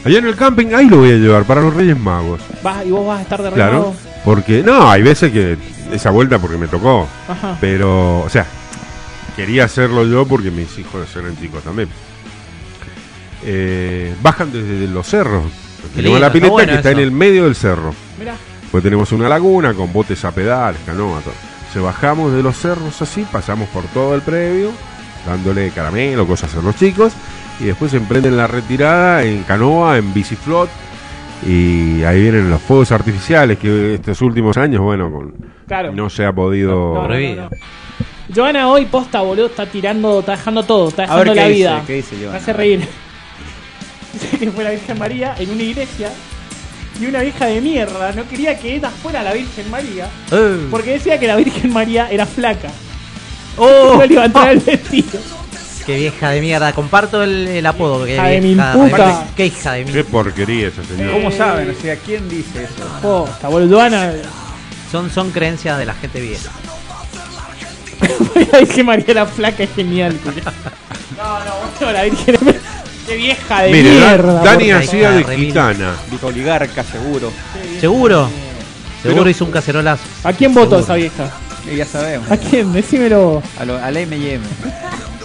Allá en el camping, ahí lo voy a llevar para los reyes magos.
Vas, y vos vas a estar de
Claro.
remado.
Porque, no, hay veces que esa vuelta porque me tocó.
Ajá.
Pero, o sea, quería hacerlo yo porque mis hijos eran chicos también. Eh, bajan desde los cerros. Tenemos
lindo,
la
está
pileta
bueno
que está en
eso.
el medio del cerro.
Mirá.
Pues tenemos una laguna con botes a pedal, canoa, todo. Se bajamos de los cerros así, pasamos por todo el previo, dándole caramelo, cosas a los chicos, y después se emprenden la retirada en canoa, en biciflot, y ahí vienen los fuegos artificiales que estos últimos años, bueno, con,
Claro.
no se ha podido...
No, no, no, no. Joana hoy, posta, boludo, está tirando, está dejando todo, está
A ver,
dejando
¿qué
la
dice?
vida.
¿Qué dice Joana?
Me hace reír. Dice que fue la Virgen María en una iglesia y una vieja de mierda no quería que Eda fuera la Virgen María
Eh.
porque decía que la Virgen María era flaca.
¡Oh!
No le levantaba el vestido.
¡Qué vieja de mierda! Comparto el, el apodo. que
Hija de mi
vieja
puta.
¡Qué hija de mi
Qué porquería esa señora.
¿Cómo saben? O sea, ¿quién dice eso?
Posta, boludo, Joana.
Son, son creencias de la gente vieja.
La Virgen María era flaca, es genial, culo. No, no, boludo, la Virgen Qué vieja de
Mire, Dan-
mierda.
Dani
porca,
hacía de
hija de
gitana.
Dijo oligarca, seguro.
¿Seguro? Seguro hizo un cacerolazo.
¿A quién votó
Seguro.
esa vieja?
Y ya sabemos.
¿A quién? Decímelo.
A lo- al M&M.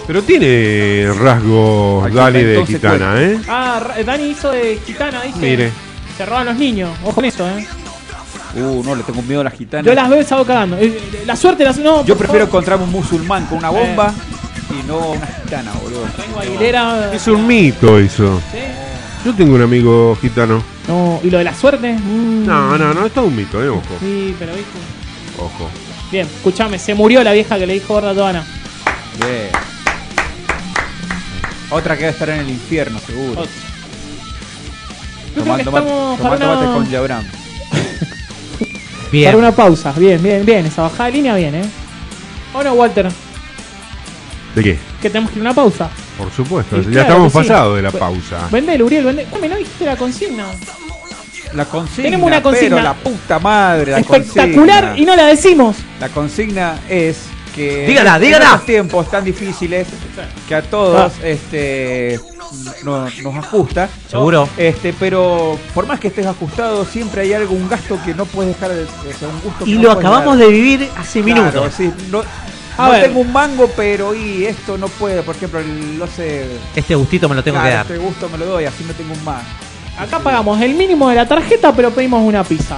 Pero tiene rasgos
Aquí
Dani
está,
de
entonces,
gitana, ¿eh?
Ah, Ra- Dani hizo de gitana, dice.
Mire.
Se roban los niños, ojo con eso, eh.
Uh, no, le tengo miedo a las gitanas.
Yo las veo y salgo cagando. Eh, eh, La suerte, las. No,
Yo
por
prefiero
favor.
encontrar un musulmán con una bomba y no una gitana, boludo.
Eh. Tengo Aguilera. eh,
Es un mito eso.
Sí.
Yo tengo un amigo gitano.
No, y lo de la suerte. Mm,
No, no, no, esto es un mito, eh, ojo.
Sí, pero viste.
Ojo.
Bien, escuchame, se murió la vieja que le dijo gorda a Joana.
Bien. Otra que va a estar en el infierno, seguro.
Otra. Yo creo que estamos para
tomando mate con
una,
Yabram.
Bien.
para una pausa. Bien, bien, bien. Esa bajada de línea, bien, eh. ¿O no, Walter?
¿De qué?
Que tenemos que ir a una pausa.
Por supuesto,
Y
ya
claro
estamos
que sí.
pasados de la
Pues-
pausa.
Vendelo, Uriel, vendelo. Come, no dijiste la consigna.
La consigna.
Tenemos una consigna.
Pero la puta madre, la
Espectacular
consigna.
y no la decimos.
La consigna es que
Dígala,
en
dígala.
estos tiempos tan difíciles que a todos
Ah.
este no- nos ajusta.
Seguro.
Este, pero por más que estés ajustado, siempre hay algo, un gasto que no puedes dejar de, o sea, un gusto que
Y
no
lo
puedes
acabamos
dar.
de vivir hace
Claro,
minutos.
sí, no,
A
no
ver.
tengo un mango, pero y esto no puede, por ejemplo, el- no sé,
Este gustito me lo tengo
claro,
que dar.
este gusto me lo doy, así no tengo un más.
Acá pagamos el mínimo de la tarjeta, pero pedimos una pizza.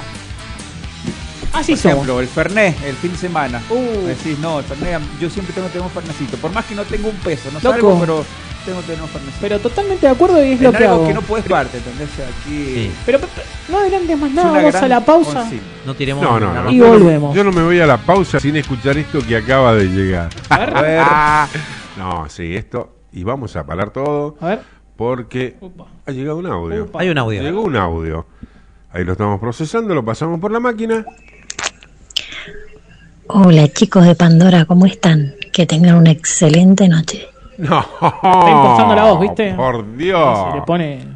Así
Por
somos. Uh.
ejemplo, el Fernet, el fin de semana. Decís, no, el Fernet, yo siempre tengo que tener un Fernecito. Por más que no tengo un peso, no
Loco.
salgo, pero tengo que tener un Fernecito.
Pero totalmente de acuerdo y es lo
En
que
algo
hago.
que no puedes parte, ¿entendés? Aquí...
Pero, pero, no adelantes más
una
nada, vamos
gran
a la pausa.
consigna.
No tiremos
No, no,
la
no.
Y volvemos.
Yo no me voy a la pausa sin escuchar esto que acaba de llegar. Ah, no, sí, esto. Y vamos a parar todo.
A ver.
Porque ha llegado un audio.
Upa. Hay un audio.
Llegó un audio. Ahí lo estamos procesando, lo pasamos por la máquina.
Hola chicos de Pandora, ¿cómo están? Que tengan una excelente noche.
No.
Está impostando la voz, ¿viste?
Por Dios.
Se le pone.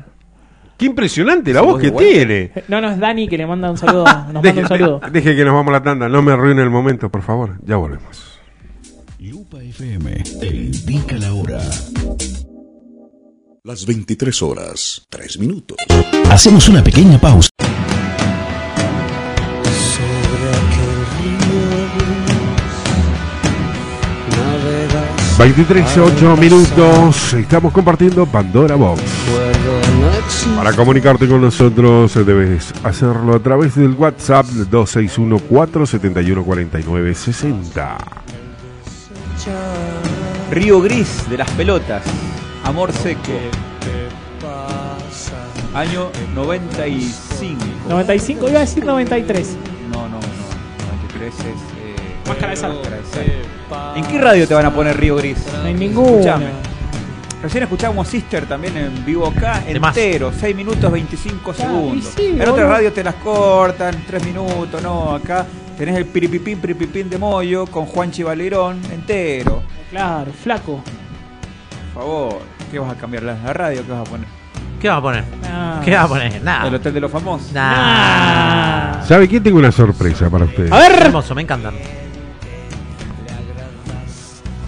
Qué impresionante la voz que tiene.
No, no, es Dani que le manda un saludo. Nos manda un saludo.
Deje que nos vamos a la tanda. No me arruine el momento, por favor. Ya volvemos.
FM te indica la hora. Las 23 horas, 3 minutos.
Hacemos una pequeña pausa.
Navega
23, 8 minutos. Estamos compartiendo Pandora Box. Para comunicarte con nosotros eh, debes hacerlo a través del WhatsApp 261-471-4960.
Río Gris de las Pelotas, Amor Seco. Año 95.
95, iba a decir 93.
No, no, no. 93 es. eh,
Máscara de sal.
Máscara de sal. ¿En qué radio te van a poner Río Gris?
No hay ninguna.
Escuchame. Recién escuchábamos Sister también en vivo acá,
Temazo.
entero, 6 minutos 25 segundos.
y sí,
en
boludo.
otras radios te las cortan, 3 minutos, no, acá tenés el piripipín, piripipín de Moyo con Juan Valerón, entero.
Claro, flaco.
Por favor, ¿qué vas a cambiar? ¿La la radio? ¿Qué vas a poner?
¿Qué va a poner?
Ah.
¿Qué va a poner? Nada.
¿El Hotel de los Famosos?
Nah.
¿Sabe qué? Tengo una sorpresa para ustedes.
Hermoso, me encantan.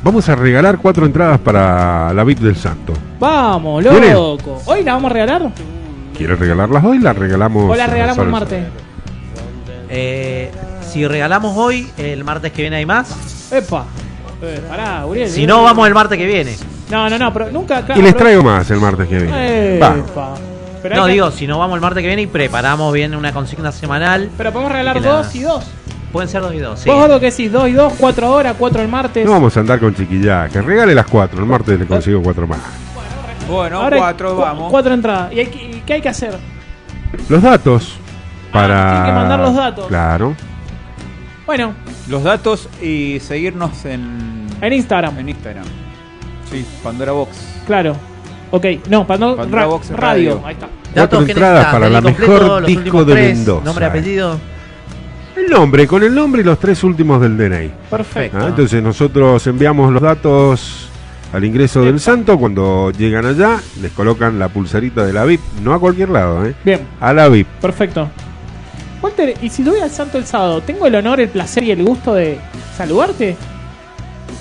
Vamos a regalar cuatro entradas para la VIP del Santo.
Vamos,
¿Viene?
loco. ¿Hoy la vamos a regalar?
¿Quieres regalarlas hoy? Las regalamos.
¿O la regalamos
¿sabes?
el martes?
Eh, si regalamos hoy, el martes que viene hay más.
Epa. Eh, pará, Uriel.
Si no, vamos el martes que viene.
No, no, no, pero nunca. claro, Eh.
Y les
pero-
traigo más el martes que viene. Va.
Epa. Pero
No,
hay que-
digo, si no vamos el martes que viene y preparamos bien una consigna semanal.
Pero podemos regalar
Que la-
dos y dos.
Pueden ser dos y dos, sí.
Vos, Gordo, que decís dos y dos, cuatro horas, cuatro el martes.
No vamos a andar con chiquillaje. Regale las cuatro. El martes le consigo cuatro más.
Bueno,
Ahora hay
cuatro,
cu-
vamos.
Cuatro entradas. ¿Y, hay que- y qué hay que hacer?
Los datos. Para.
tienen Ah, que mandar los datos.
Claro.
Bueno,
Los datos y seguirnos en,
en Instagram.
en Instagram. Sí, Pandora Box.
Claro. Ok, no, para no.
Pandora
ra-
Box
radio.
Radio.
Ahí está.
Cuatro
¿qué
entradas
necesitas?
para la
Dato completo,
mejor
los
disco
últimos
de
tres,
Mendoza.
Nombre, apellido.
El nombre, con el nombre y los tres últimos del DNI.
Perfecto.
Ah, Entonces nosotros enviamos los datos al ingreso del santo. Cuando llegan allá, les colocan la pulserita de la VIP. No a cualquier lado, ¿eh?
Bien,
A la VIP.
perfecto. Walter, y si yo voy al santo el sábado, ¿tengo el honor, el placer y el gusto de saludarte?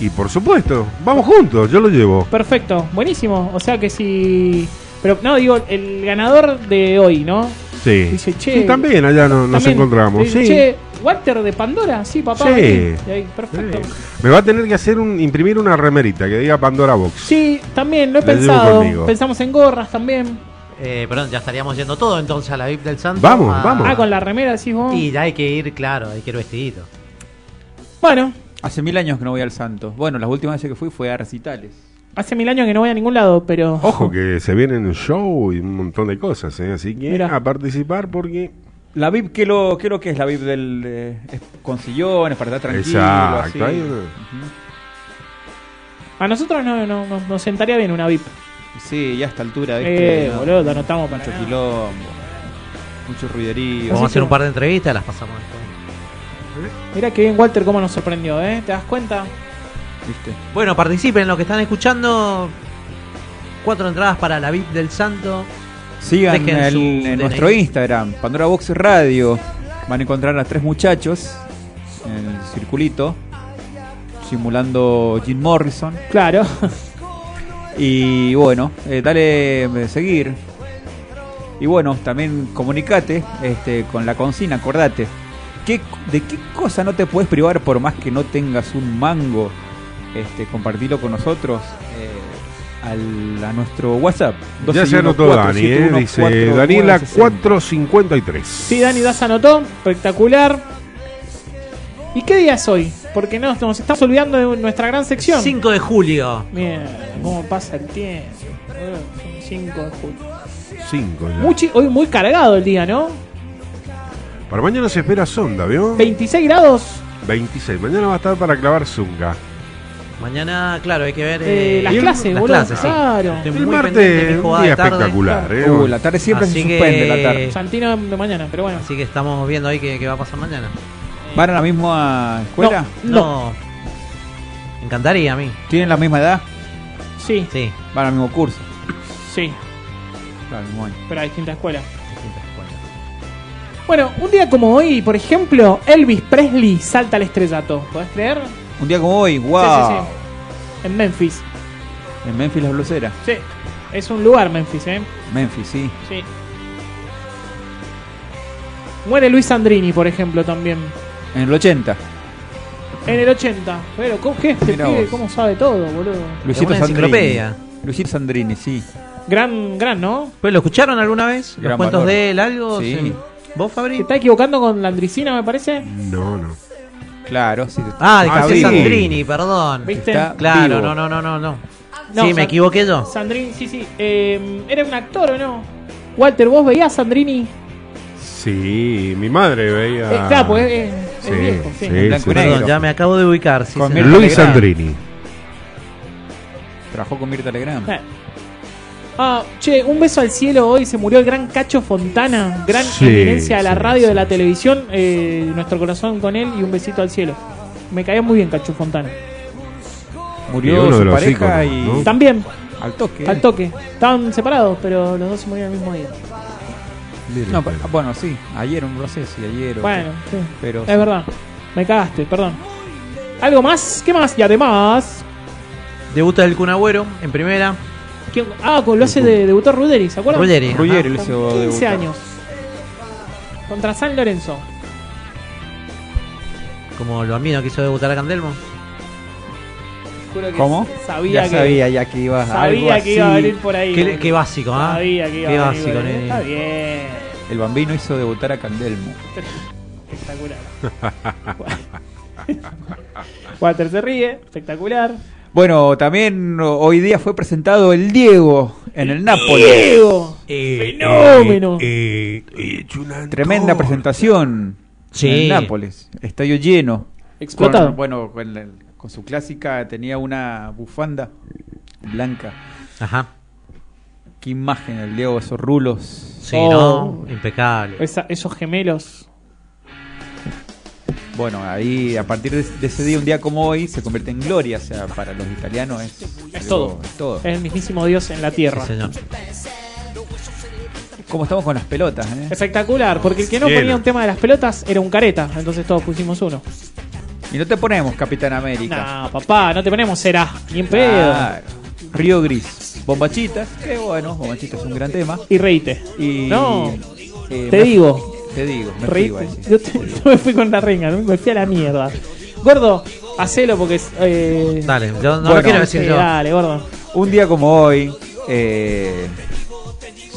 Y por supuesto, vamos juntos. Yo lo llevo.
Perfecto, buenísimo. O sea que si. Pero no, digo, el ganador de hoy, ¿no?
Sí.
Dice, che.
Sí, también allá no- nos
También.
encontramos.
Dice,
Sí.
Che, Walter de Pandora, sí, papá.
Sí.
vení. Y ahí, perfecto.
Me va a tener que hacer un, imprimir una remerita que diga Pandora Box.
Sí, también lo he
La llevo
pensado.
conmigo.
Pensamos en gorras también.
Eh, perdón, ya estaríamos yendo todo entonces a la VIP del Santo.
Vamos,
a-
vamos.
Ah, con la remera decís vos.
Y ya hay que ir, claro, hay que ir vestidito.
Bueno,
Hace mil años que no voy al Santo. Bueno, las últimas veces que fui fue a recitales.
hace mil años que no voy a ningún lado, pero.
Ojo que se vienen show y un montón de cosas, ¿eh? así que
Mirá.
a participar porque
La VIP, ¿qué, lo, qué lo que es la VIP del, eh, es con sillones para estar tranquilo? así.
Exacto. Hay una-
Ujú.
A nosotros no, no, no- nos sentaría bien una VIP.
Sí, ya a esta altura, ¿viste?
Eh,
No,
boludo, lo anotamos para.
Mucho
nada.
quilombo, mucho ruiderío.
Vamos a hacer
que-
un par de entrevistas, las pasamos.
Mirá que bien Walter cómo nos sorprendió, ¿eh? ¿Te das cuenta?
¿viste?
Bueno, participen, los que están escuchando. Cuatro entradas para la VIP del Santo.
Sigan
Dejen
el-
su
en
DNI.
nuestro Instagram, Pandora Box Radio. Van a encontrar a tres muchachos en el circulito, simulando Jim Morrison.
Claro.
Y bueno, eh, dale eh, seguir. Y bueno, también comunicate este, con la consigna, acordate. ¿qué- ¿De qué cosa no te puedes privar por más que no tengas un mango? Este, compartilo con nosotros eh, al- a nuestro WhatsApp.
Ya se anotó
1214
Dani, ¿eh?
714
dice Daniela
45960.
453.
Sí, Dani Das anotó. Espectacular. ¿Y qué día es hoy? Porque nos, nos estamos olvidando de nuestra gran sección.
5 de julio.
Mierda, ¿cómo pasa el tiempo? boludo? Son 5 de julio.
Cinco ya.
Muy chi- hoy muy cargado el día, ¿no?
Para mañana se espera sonda, ¿vio?
26 grados.
26. Mañana va a estar para clavar zunga.
Mañana, claro, hay que ver.
Eh, las
el-
clases, boludo, Ah.
sí.
claro.
Estoy
El
muy
martes,
pendiente de mi
un
jugada
día
de tarde.
espectacular, ¿eh?
Uh, la tarde siempre se suspende, la tarde.
Santino de mañana, pero bueno.
Así que estamos viendo ahí qué, qué va a pasar mañana.
¿Van a la misma escuela?
No. Me encantaría a mí.
¿Tienen la misma edad?
Sí.
Sí.
¿Van al mismo curso?
Sí,
Claro, mismo año.
pero a distintas escuelas. Bueno, un día como hoy, por ejemplo, Elvis Presley salta al estrellato. ¿Podés creer?
Un día como hoy, wow.
Sí, sí, sí. En Memphis.
En Memphis las bluseras.
Sí. Es un lugar Memphis, ¿eh?
Memphis, sí.
Sí. Muere Luis Sandrini, por ejemplo, también.
En el 80.
En el 80. Pero, ¿cómo, ¿qué este
Mirá
pibe?
vos.
¿Cómo sabe todo, boludo?
Luisito
una
Sandrini.
enciclopedia.
Luisito Sandrini, sí.
Gran, gran, ¿no?
¿Pues lo escucharon alguna vez? ¿Los
Gran
cuentos
valor.
de él, algo?
Sí.
Sí. ¿Vos,
¿Te
Fabri?
está equivocando con Landricina, me parece?
No, no.
Claro, sí.
Ah, de
Está
José
vivo.
Sandrini, perdón.
¿Viste?
Está
Claro, no,
vivo.
no, no, no, no.
No,
Sí, me
San-
equivoqué yo.
Sandrini, sí, sí. Eh, ¿Era un actor o no? Walter, ¿vos veías a Sandrini?
Sí, mi madre veía.
Eh, claro, pues eh, es
Ah, Sí,
viejo,
sí,
sí.
sí.
Perdón, ya me acabo de ubicar. Sí,
Con
señor.
Mirta
Luis
Legrand.
Sandrini.
Trabajó con Mirta Legrand.
Eh. Ah, che, un beso al cielo hoy. Se murió el gran Cacho Fontana, gran
Sí,
eminencia de la
sí,
radio,
sí.
de la televisión. eh, nuestro corazón con él y un besito al cielo. Me caía muy bien Cacho Fontana.
Y
Murió
uno de
su
los
pareja
íconos, ¿no?
y...
También,
Al toque.
al toque. Estaban separados, pero los dos se murieron el mismo día.
Mire,
No,
pues.
pero-
pa- bueno, sí. Ayer, no sé si ayer o...
Bueno, sí.
Pero
es
sí.
verdad. Me cagaste, perdón. ¿Algo más? ¿Qué más? Y además...
Debuta del Cunagüero en primera.
¿quién- Ah, con- lo hace de debutar Ruderi, ¿se acuerdan?
Ruggeri. ajá.
Ruggeri lo hizo
Con 15
debutar.
años. Contra San Lorenzo.
Como lo ambino quiso debutar a Candelmo.
Juro que
¿Cómo?
Sabía
ya
que...
sabía ya que ibas a algo
Sabía que iba a
así.
venir por ahí.
Qué, qué básico, ¿ah?
Sabía que iba
qué
a venir.
básico,
por ahí.
nene.
Está bien.
El Bambino hizo debutar a Candelmo.
Espectacular. Walter se ríe. Espectacular.
Bueno, también hoy día fue presentado el Diego en el Napoli.
Diego.
Eh,
Fenómeno.
eh, eh, eh, Chunan-
Tremenda presentación
Sí.
en el Nápoles. Estadio lleno.
Explotado.
Con- bueno, con, la- con su clásica tenía una bufanda blanca.
Ajá.
Qué imagen el Diego, esos rulos.
Sí,
Oh.
¿no? Impecable.
Esa- esos gemelos.
Bueno, ahí a partir de, de ese día, un día como hoy, se convierte en gloria. O sea, para los italianos es,
Es
algo-
todo.
es todo.
Es el mismísimo Dios en la
Sí,
tierra.
señor.
Como estamos con las pelotas, ¿eh?
Espectacular, porque el que no
Cielo.
ponía un tema de las pelotas era un careta, entonces todos pusimos uno.
Y no te ponemos Capitán América.
Nah, papá, no te ponemos será, ni en pedo.
Claro. Río Gris. Bombachitas. Qué bueno, Bombachitas es un gran tema.
Y reíte.
Y,
No,
eh,
te
me-
digo.
Te digo, me fui,
Reí-
iba a decir.
yo, te- yo me fui con la renga, ¿no? me fui a la mierda. Gordo, hacelo porque es. eh,
Dale, yo no
Bueno,
lo quiero decir
sí, ah.
yo.
Dale, gordo.
Un día como hoy eh,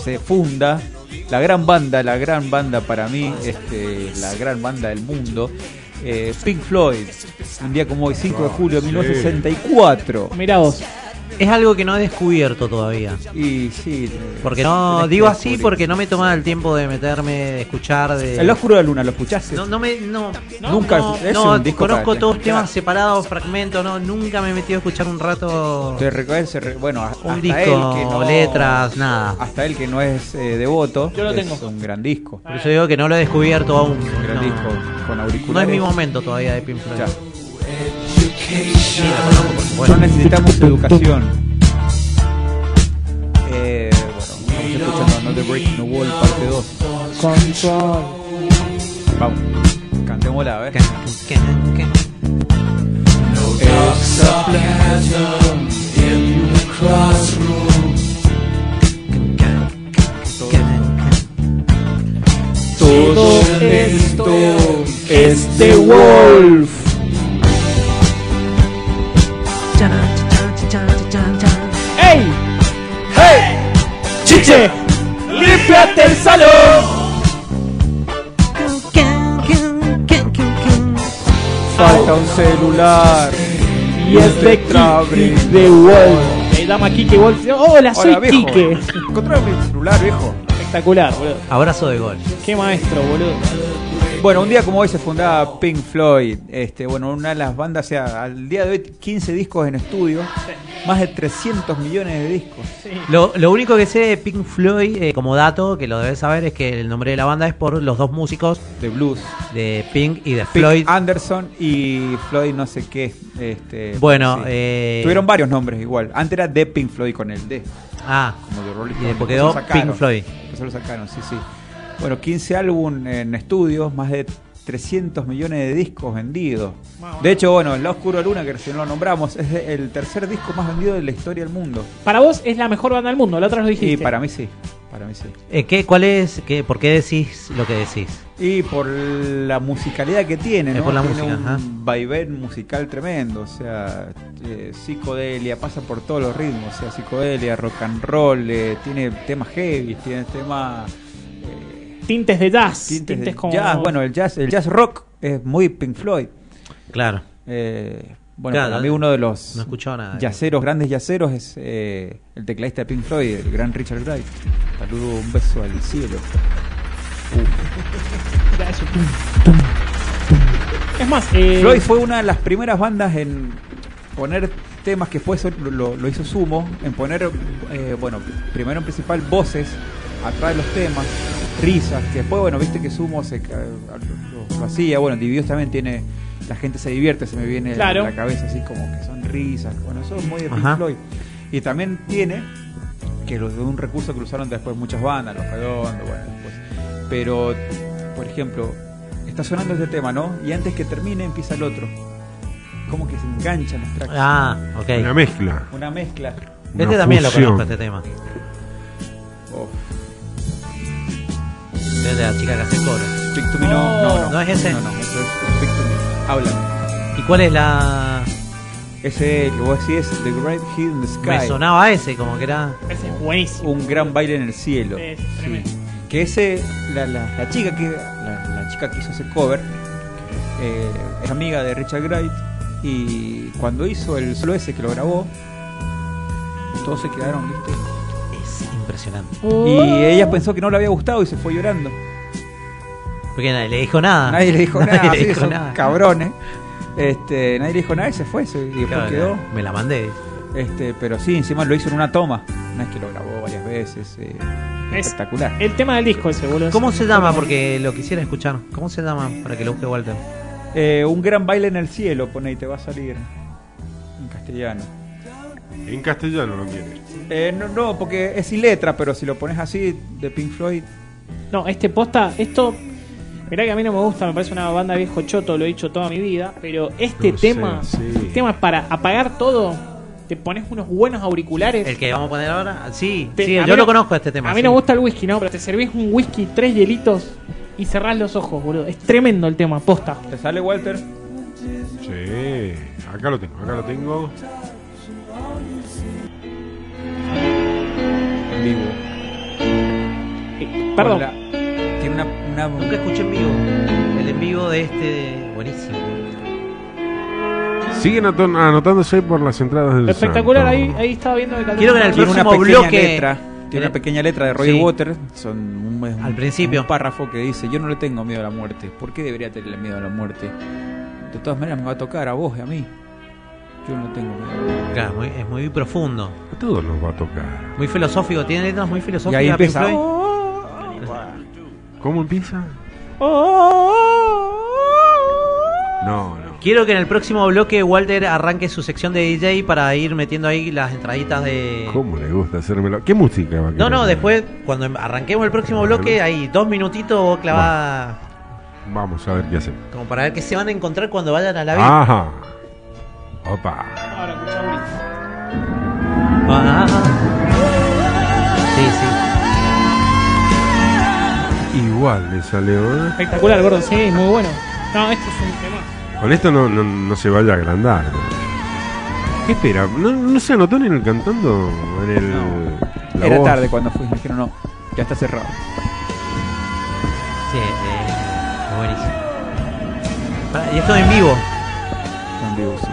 se funda la gran banda, la gran banda para mí, este, la gran banda del mundo, eh, Pink Floyd. Un día como hoy, 5 de julio de 1964.
Mirá vos.
Es algo que no he descubierto todavía.
Y sí, eh,
Porque no,
tenés que
digo así
descubrir.
porque no me tomaba el tiempo de meterme, de escuchar, de...
El Oscuro de la Luna, ¿lo escuchaste?
No, no me, no,
Nunca,
no,
es
no,
un disco
conozco
para-
todos temas separados, fragmentos, no, nunca me he metido a escuchar un rato
Te recuerda- se re- bueno, a- hasta
un disco,
él que no,
letras, nada.
Hasta él que no es eh, devoto,
Yo lo
es
tengo.
un gran disco.
Por eso digo que no lo he descubierto aún.
Un gran
No,
disco con auriculares.
no es mi momento todavía de Pink Floyd.
Ya.
Sí, lo conozco, por
Bueno,
supuesto.
no necesitamos educación. Eh, bueno, vamos escuchando Another Break No Wall parte 2.
Control.
Vamos, cantémosla, a ver.
Que- que- que-
Todo esto es The Wolf. ¡Ey! ¡Hey! ¡Chiche! ¡Límpiate el salón!
falta un celular.
Y es de Kike de Wolf. Eh, Este Dama Kike Wolf. Hola, soy
Hola, viejo.
Kike.
Encontrame el celular, viejo.
Espectacular, boludo.
Abrazo de gol.
Qué maestro, boludo.
Bueno, un día como hoy se fundaba Pink Floyd, este, bueno, una de las bandas, o sea, al día de hoy 15 discos en estudio, más de 300 millones de discos.
Lo, lo único que sé de Pink Floyd, eh, como dato, que lo debes saber, es que el nombre de la banda es por los dos músicos
de blues,
de Pink y de
Pink
Floyd.
Anderson y Floyd no sé qué. Este,
Bueno,
sí.
eh,
tuvieron varios nombres igual. Antes era de Pink Floyd con el D.
Ah,
como de
y
Rolling Stone,
después
que eso
quedó
sacaron,
Pink Floyd.
que eso lo sacaron, sí, sí. Bueno, 15 álbum en estudios, más de 300 millones de discos vendidos. De hecho, bueno, La Oscura Luna, que recién lo nombramos, es el tercer disco más vendido de la historia del mundo.
Para vos es la mejor banda del mundo, la otra lo dijiste.
Y para mí sí, para mí sí.
Eh, ¿qué, ¿Cuál es? Qué, ¿Por qué decís lo que decís?
Y por la musicalidad que tiene,
Es
¿no?
por la
Tiene
música,
un
ajá.
vaivén musical tremendo, o sea, eh, psicodelia, pasa por todos los ritmos, o sea, psicodelia, rock and roll, eh, tiene temas heavy, tiene temas...
Tintes de jazz. Tintes,
del
como...
jazz, bueno, el jazz, el jazz rock es muy Pink Floyd.
Claro.
Eh, bueno,
Claro,
para mí uno de los
no he escuchado nada de
yaceros, grandes yaceros, es eh, el tecladista de Pink Floyd, el gran Richard Wright. Saludo, un beso al cielo. Uh.
Es más, eh,
Floyd fue una de las primeras bandas en poner temas que después lo- lo, lo hizo Sumo, en poner, eh, bueno, primero en principal voces atrás de los temas, risas, que después, bueno, viste que Sumo se, ca- lo, lo hacía, bueno, Divididos también tiene, la gente se divierte, se me viene
Claro.
a la cabeza así como que son risas, bueno, eso es muy de Pink
Ajá.
Floyd. Y también tiene, que lo de un recurso que lo usaron después muchas bandas, los redondos, bueno, después. Pero, por ejemplo, está sonando este tema, ¿no? Y antes que termine empieza el otro. Como que se enganchan los tracks.
Ah, ok.
Una mezcla.
Una mezcla.
Este
Una
también
fusión.
lo conozco, este tema.
Oh,
Este es de la chica que hace coro.
Speak to me, no, no, no.
Oh, ¿No es ese?
No, no, eso es Speak to me. Háblame.
¿Y cuál es la...?
Ese que vos decís es The Great Hidden Sky.
Me sonaba ese, como que era...
ese es buenísimo.
Un gran baile en el cielo.
Es
Sí.
tremendo.
Que ese, la, la- la chica que la, la chica que hizo ese cover eh, es amiga de Richard Wright y cuando hizo el solo ese que lo grabó, todos se quedaron, ¿viste?
Es impresionante. Oh.
Oh,
Y ella pensó que no le había gustado y se fue llorando.
Porque nadie le dijo nada.
nadie le dijo nada,
Ah. le
sí,
dijo
son
nada.
cabrones. Este, nadie le dijo nada y se fue, se, y después
Claro,
quedó.
Me la mandé.
Este, pero sí, encima lo hizo en una toma. No es que lo grabó varias veces. eh,
Es-
espectacular.
El tema del disco ese, boludo.
¿Cómo se llama? Porque lo quisiera escuchar. ¿Cómo se llama? Para que lo busque Walter.
Eh, un gran baile en el cielo, pone y te va a salir. En castellano.
En castellano lo quiere.
Eh, no, no, porque es sin letra, pero si lo pones así, de Pink Floyd.
No, este posta, esto. Mirá que a mí no me gusta, me parece una banda viejo choto, lo he dicho toda mi vida. Pero este
No sé,
tema,
sí.
este tema es para apagar todo. Te pones unos buenos auriculares.
¿El que vamos a poner ahora? Ah, Sí,
Te-
sí,
a
yo lo
mí no-
conozco este tema.
a mí
sí.
no me gusta el whisky, ¿no? Pero te servís un whisky, tres hielitos y cerrás los ojos, boludo. Es tremendo el tema, posta.
¿Te sale Walter?
Sí, acá lo tengo, acá lo tengo.
En vivo.
Eh, perdón.
Con la- tiene una. una-
Nunca escuché en vivo. El en vivo de este. Buenísimo.
Siguen aton- anotándose por las entradas del
Espectacular,
Santo.
ahí, ahí estaba viendo el calendario.
Quiero que en el
tiene una
próximo
pequeña
bloque.
letra. Tiene una pequeña letra de Roger
Sí.
Waters. Son un, es un-
Al principio.
un párrafo que dice: Yo no le tengo miedo a la muerte. ¿Por qué debería tenerle miedo a la muerte? De todas maneras, me va a tocar a vos y a mí. Yo no tengo miedo.
Claro, muy- es muy profundo.
A todos nos va a tocar.
Muy filosófico. Tiene letras muy
Y
filosóficas.
ahí
Pink
empieza. ¡Oh!
Floyd.
¿Cómo empieza? No, no.
Quiero que en el próximo bloque Walter arranque su sección de DJ para ir metiendo ahí las entraditas de.
¿Cómo le gusta hacérmelo? ¿Qué música va a
No,
querer?
no, después, cuando em- arranquemos el próximo bloque, hay dos minutitos vos clavás
Vamos a ver qué hacemos.
como para ver qué se van a encontrar cuando vayan a la
Ah.
vida.
Ajá. Opa.
Ahora escuchá, Uri.
Ah. Sí, sí.
Igual le salió. ¿eh?
Espectacular, gordo, sí, muy bueno. No, este es un tema.
Con esto no, no, no se vaya a agrandar. ¿no? ¿Qué espera? ¿No, no se anotó en el cantando? En el, la
Era
voz?
tarde cuando fui. Me dijeron: No, ya está cerrado.
Sí, eh, buenísimo. Pará, eh, Y esto en vivo.
Está en vivo, sí.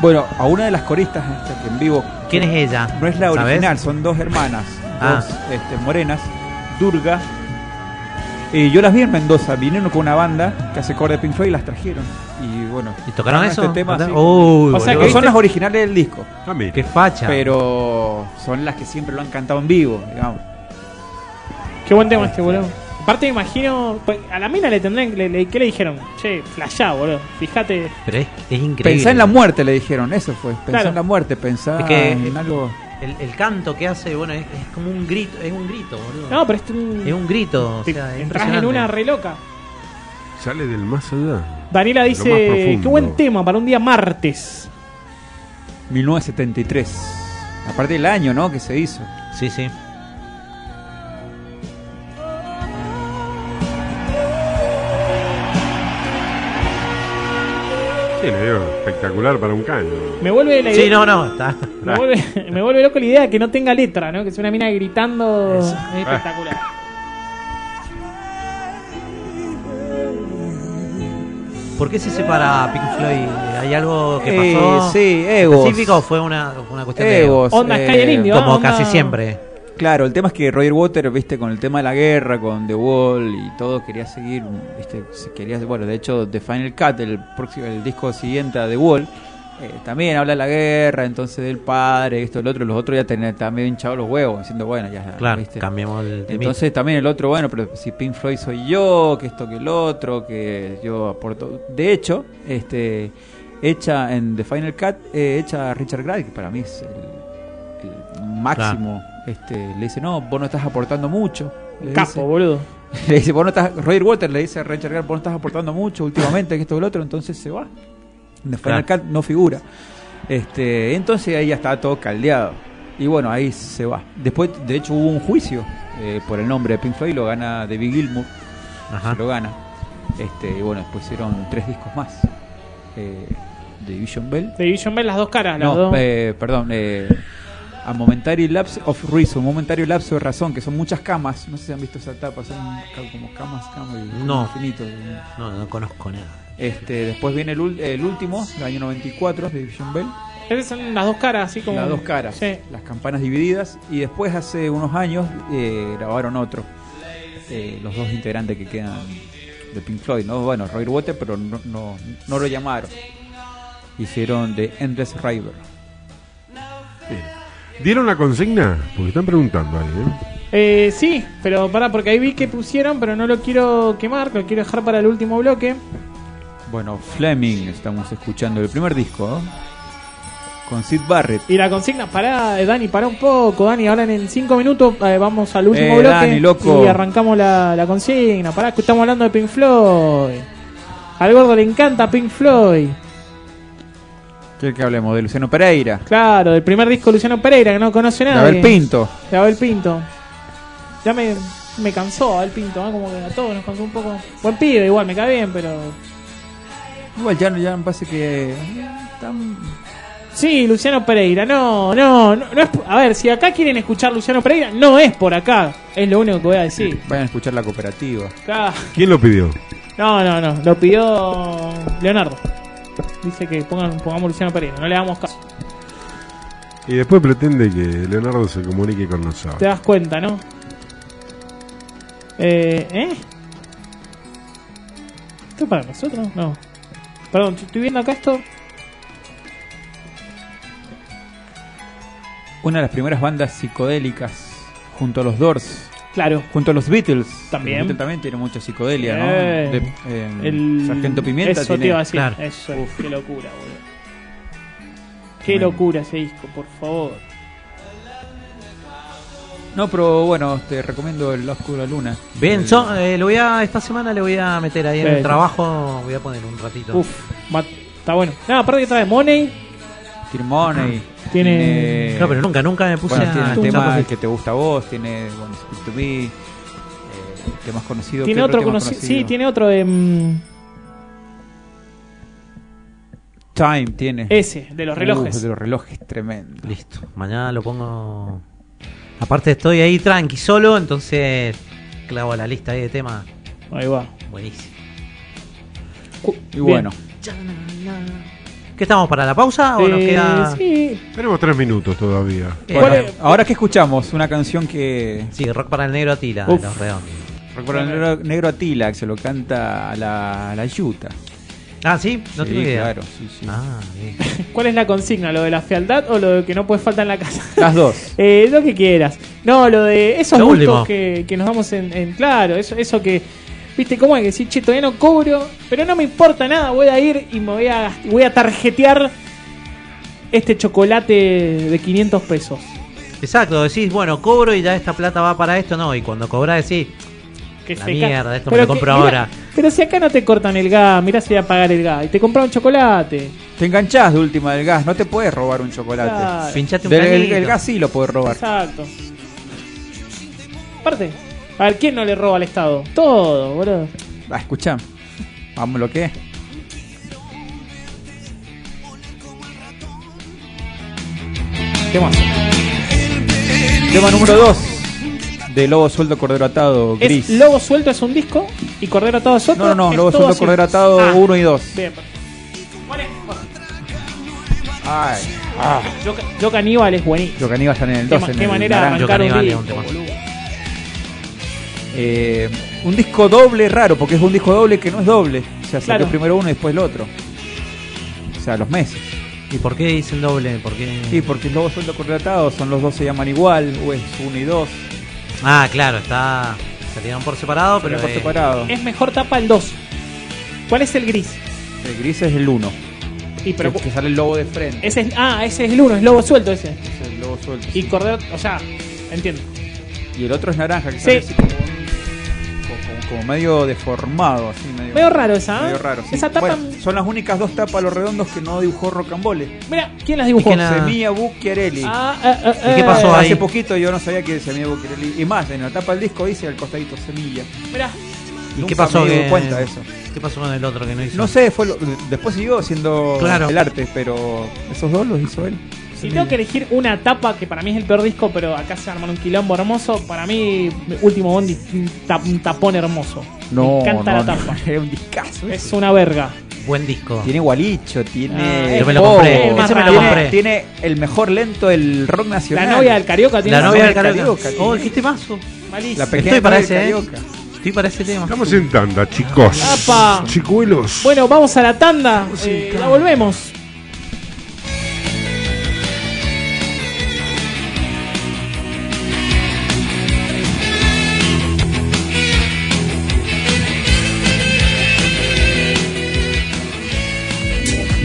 Bueno, a una de las coristas esta que en vivo.
¿Quién es ella?
No es la
¿Sabés?
original, son dos hermanas,
Ah.
dos este, morenas, Durga. Y yo las vi en Mendoza, vinieron con una banda que hace cover de Pink Floyd y las trajeron. Y bueno,
¿Y tocaron
este
eso?
tema, sí.
Uy,
o sea
boludo.
que son las originales del disco.
Qué facha.
Pero son las que siempre lo han cantado en vivo, digamos.
Qué buen tema este, boludo. Aparte, me imagino. pues, A la mina le tendrán. Le, le- ¿Qué le dijeron? Che, flashá, boludo. Fíjate.
Pero es, es increíble.
Pensá en la muerte, le dijeron, eso fue. Pensá
Claro.
en la muerte, pensá
Es que-
en algo.
El, el canto que hace, bueno, es, es como un grito, es un grito, boludo.
No, pero es un.
Es un grito, o
Te-
sea, es
entras en
impresionante.
una re loca.
Sale del más allá.
Daniela
Lo más
dice:
profundo.
Qué buen tema para un día martes.
1973. Aparte del año, ¿no? Que se hizo.
Sí, sí.
Sí, le digo, espectacular para un caño.
Me vuelve la idea.
Sí, no, no, está.
Me vuelve, me vuelve loco la idea de que no tenga letra, ¿no? Que sea una mina gritando. Es
Ah.
espectacular.
¿Por qué se separa Pink Floyd? ¿Hay algo que
Eh,
pasó?
sí,
en
egos.
específico o fue una, una cuestión
Egos,
de
eh,
Como casi siempre.
Claro, el tema es que Roger Water, viste, con el tema de la guerra, con The Wall y todo, quería seguir, viste, se quería, bueno, de hecho, The Final Cut, el próximo, el disco siguiente a The Wall, eh, también habla de la guerra, entonces del padre, esto, el otro, los otros ya tenían también hinchados los huevos, diciendo, bueno, ya,
Claro,
viste.
cambiamos el temita.
Entonces también el otro, bueno, pero si Pink Floyd soy yo, que esto, que el otro, que yo aporto. De hecho, este, hecha en The Final Cut, eh, hecha Richard Gray, que para mí es el, el máximo. Este, le dice, no, vos no estás aportando mucho. Le
Capo,
dice.
boludo.
Le dice, vos no estás, Roger Waters le dice a Richard Gray, vos no estás aportando mucho últimamente, que esto, que el otro, entonces se va. En The Final Cut no figura. Este, entonces ahí ya estaba todo caldeado. Y bueno, ahí se va. Después, de hecho, hubo un juicio eh, por el nombre de Pink Floyd, lo gana David Gilmour.
Ajá.
Se lo gana. Este, y bueno, después hicieron tres discos más. Eh, The Division Bell.
The Division Bell, las dos caras, las
No,
dos.
eh, perdón. eh, a Momentary Lapse of Reason, Momentary Lapse de Razón, que son muchas camas. No sé si han visto esa tapa, son ca- como camas, camas. y-
No.
Infinito.
No, no conozco nada.
Este, después viene el, ul- el último, del año 94, The Division Bell.
Esas son las dos caras, así como.
Las dos caras,
Sí.
las campanas divididas. Y después, hace unos años, eh, grabaron otro. Eh, los dos integrantes que quedan de Pink Floyd, ¿no? Bueno, Roy Water, pero no, no, no lo llamaron. Hicieron The Endless River.
¿Dieron la consigna? Porque están preguntando ahí, ¿eh?
Eh, sí, pero pará, porque ahí vi que pusieron, pero no lo quiero quemar, lo quiero dejar para el último bloque.
Bueno, Fleming, estamos escuchando el primer disco, ¿no? Con Sid Barrett.
Y la consigna, pará, eh, Dani, pará un poco, Dani. Ahora en 5 minutos eh, vamos al último
Eh,
bloque
Dani, loco.
y arrancamos la, la consigna. Pará, que estamos hablando de Pink Floyd. Al gordo le encanta Pink Floyd.
¿Qué que hablemos? De Luciano Pereira.
Claro, del primer disco de Luciano Pereira, que no conoce
De
nada.
Abel Pinto.
De Abel Pinto. Ya me, me cansó Abel Pinto, ¿eh? como que a todos nos cansó un poco. Buen pibe, igual, me cae bien, pero
Igual ya, ya me parece que.
Sí, Luciano Pereira. No, no, no, no es por- A ver, si acá quieren escuchar Luciano Pereira, no es por acá. Es lo único que voy a decir.
Vayan a escuchar la cooperativa.
Acá-
¿Quién lo pidió?
No, no, no. Lo pidió Leonardo. Dice que pongan, pongamos Luciano Pereira. No le damos caso.
Y después pretende que Leonardo se comunique con
Te
nosotros.
das cuenta, ¿no? Eh, ¿Eh? ¿Esto es para nosotros? No. Perdón, estoy viendo acá esto.
Una de las primeras bandas psicodélicas junto a los Doors.
Claro.
Junto a los Beatles.
También.
Los Beatles también tiene mucha psicodelia, ¿no?
Eh,
De- eh,
el-
Sargento Pimienta
eso
tiene.
te iba a decir,
Claro.
eso, qué locura, boludo. Qué locura ese disco, por favor.
No, pero bueno, te recomiendo El Oscuro de la Luna.
Bien,
El-
yo eh, lo voy a, esta semana le voy a meter ahí en
Sí,
el
sí.
trabajo, voy a poner un ratito.
Uf, ma- está bueno. No, aparte que trae Money.
Tiene Money.
Tiene-
No, pero nunca, nunca me puse
eh. bueno,
a-
tiene el
nunca
tema
puse.
que te gusta a vos, tiene bueno, Speak to Me, eh, temas conocidos.
Tiene
¿qué
otro
tema
conocido. Sí, tiene otro de. mm,
Time tiene.
Ese, de
Uh,
los relojes.
de los relojes, tremendo.
Listo, mañana lo pongo. Aparte estoy ahí tranqui solo, entonces clavo la lista ahí de temas.
Ahí va.
Buenísimo.
Y bueno,
¿Qué estamos para la pausa o nos
Eh,
Ah, queda.? Eh,
Sí.
Tenemos tres minutos todavía.
Bueno, ahora que escuchamos una canción que.
Sí, Rock para el Negro Atila,
Uf.
de los redondos.
Rock para el negro, Negro Atila, que se lo canta a la, a la Yuta.
Ah, sí,
No tengo idea.
Claro, sí, sí.
Ah, bien.
¿Cuál es la consigna? ¿Lo de la fealdad o lo de que no puedes faltar en la casa?
Las dos.
Eh, lo que quieras. No, lo de esos
Lo
gustos
último.
que, que nos vamos en, en claro, eso, eso que. ¿Viste cómo hay que decir, che, todavía no cobro, pero no me importa nada, voy a ir y me voy a, gast- voy a tarjetear este chocolate de 500 pesos.
Exacto, decís, bueno, cobro y ya esta plata va para esto, no. Y cuando cobras decís,
Que
la
se ca-
mierda, esto me
Pero
lo compro
que-
ahora.
mirá, pero si acá no te cortan el gas, mirá si voy a pagar el gas y te compras un chocolate.
Te enganchás de última del gas, no te puedes robar un chocolate.
Claro. Pinchate Ah, un
Del- el,
cañito.
el gas sí lo puedes robar.
Exacto. Aparte, a ver, ¿quién no le roba al Estado? Todo, boludo.
Ah, escuchá. Vamos lo que es.
¿Qué más?
Tema número 2 de Lobo Sueldo Cordero Atado,
Es
Gris.
Lobo Suelto es un disco y Cordero Atado es otro.
No, no, no,
es
Lobo
todo
Suelto
así.
Cordero Atado
Ah,
1 y 2.
bien, perfecto. ¿Cuál es?
Ay, ah.
Yo, yo Caníbal es buenísimo.
Lo que Aníbal están en el
Qué
2.
ma-
en
qué
el
manera de
naranja.
arrancar un Yo Caníbal
disco, es un
Eh, un disco doble raro, porque es un disco doble que no es doble. O sea, salió
Claro.
primero uno y después el otro. O sea, los meses.
¿Y por qué dicen doble? ¿Por qué?
Sí, porque es Lobo Sueldo Cordero Atado, son los dos se llaman igual, o es 1 y 2.
Ah, claro, está. Salieron por separado, pero.
Salieron por
eh,
separado.
Es mejor tapa el 2. ¿Cuál es el gris?
El gris es el 1.
Y pero-
que, que sale el lobo de frente.
Ese es- ah, ese es el 1, es Lobo Suelto ese.
Es el lobo suelto.
Y Cordero, o sea, entiendo.
Y el otro es naranja, que
Sí.
sale así como, como- como medio deformado, así medio.
Medio raro esa, ¿eh?
Medio raro, sí.
Esa tapa-
Bueno, son las únicas dos tapas a los redondos que no dibujó Rocambole.
Mira, ¿quién las dibujó?
Y que la- Semilla Bucchiarelli.
Ah, ah, ah,
Eh,
ah.
Hace poquito yo no sabía que Semilla Bucchiarelli. Y más, en la tapa del disco dice al costadito Semilla.
Mirá.
¿Y
Nunca
qué pasó?
me di
que-
cuenta de eso.
¿Qué pasó con el otro que no hizo?
No sé, fue lo- después siguió haciendo
Claro.
el arte, pero esos dos los hizo él.
Si tengo que elegir una tapa que para mí es el peor disco, pero acá se arman un quilombo hermoso, para mí último Bondi un tap- un tapón hermoso.
No,
Me encanta
no, no.
la tapa.
Era un discazo.
Es una verga.
Buen disco.
Tiene gualicho, tiene.
Ah,
Yo me lo
Oh,
compré,
tiene-
ese me lo compré.
Tiene el mejor lento del rock
La
nacional.
novia del carioca tiene
La novia del Carioca.
tiene.
Oh, qué temazo.
Malísimo.
La pequeña
Estoy para
novia del
ese, eh.
carioca.
Estoy para ese tema.
Estamos en tanda, chicos.
Apa.
Chicuelos.
Bueno, vamos a la tanda. Eh, la volvemos.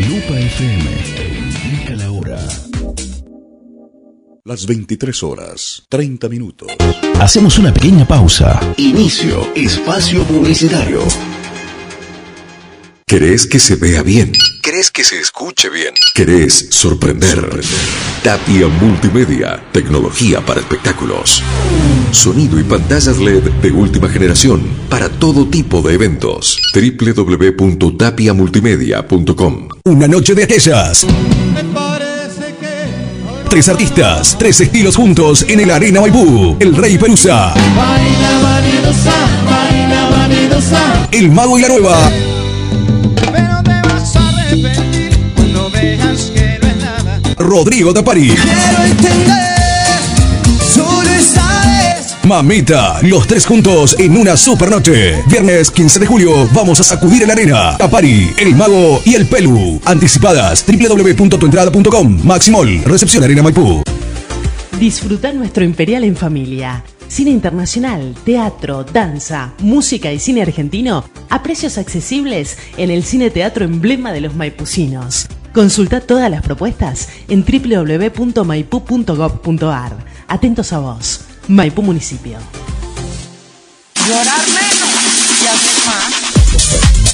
Lupa FM te indica la hora.
Las 23 horas, 30 minutos.
Hacemos una pequeña pausa.
Inicio espacio publicitario. ¿Querés que se vea bien? ¿Crees que se escuche bien? ¿Querés sorprender? Tapia Multimedia, tecnología para espectáculos. Sonido y pantallas LED de última generación para todo tipo de eventos. www.tapiamultimedia.com
Una noche de aquellas. Tres artistas, tres estilos juntos en el Arena Maipú. El Rey Perusa,
Vaina vanidosa, vaina vanidosa.
el Mago y la Nueva.
Pero te vas a arrepentir cuando veas que no es nada.
Rodrigo Tapari,
Quiero entender, solo sabes.
Mamita, los tres juntos en una super noche. Viernes 15 de julio vamos a sacudir el arena. Tapari, el mago y el pelu. Anticipadas www.tuentrada.com. Maximol, recepción Arena Maipú.
Disfruta nuestro Imperial en familia. Cine internacional, teatro, danza, música y cine argentino a precios accesibles en el Cine Teatro Emblema de los Maipucinos. Consulta todas las propuestas en www.maipu.gov.ar. Atentos a vos. Maipú Municipio.
Llorar menos y hacer más.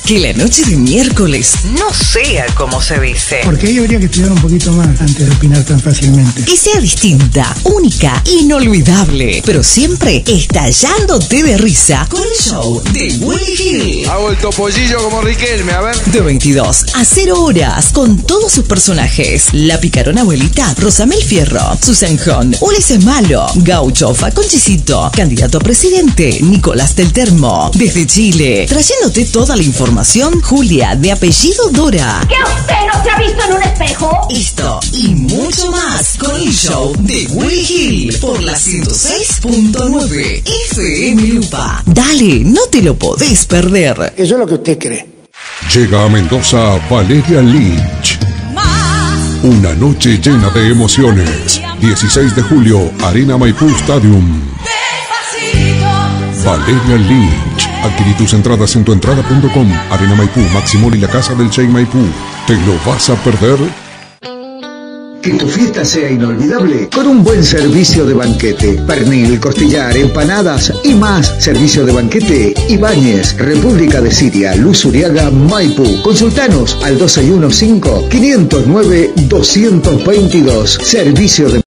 Que la noche de miércoles
No sea como se dice.
Porque ahí habría que estudiar un poquito más antes de opinar tan fácilmente.
Que sea distinta, única, inolvidable, pero siempre estallándote de risa con el show de Willy Hill.
Hago el topollillo como Riquelme, a ver.
De 22 a 0 horas con todos sus personajes. La picarona abuelita, Rosamel Fierro, Susan Jón, Ulises Malo, Gaucho Faconchicito, candidato a presidente, Nicolás del Termo, desde Chile, trayéndote toda la información información, Julia, de apellido Dora.
¿Que usted no se ha visto en un espejo?
Esto y mucho más con el show de Willy Hill por la 106.9 FM Lupa. Dale, no te lo podés perder.
Eso es lo que usted cree.
Llega a Mendoza Valeria Lynch. Una noche llena de emociones. 16 de julio, Arena Maipú Stadium. Valeria Lynch. Adquirí tus entradas en tuentrada.com. Arena Maipú, Maximol y la Casa del Che Maipú. ¿Te lo vas a perder?
Que tu fiesta sea inolvidable con un buen servicio de banquete. Pernil, costillar, empanadas y más. Servicio de banquete. Ibáñez, República de Siria, Luz Uriaga, Maipú. Consultanos al 2615-509-222. Servicio de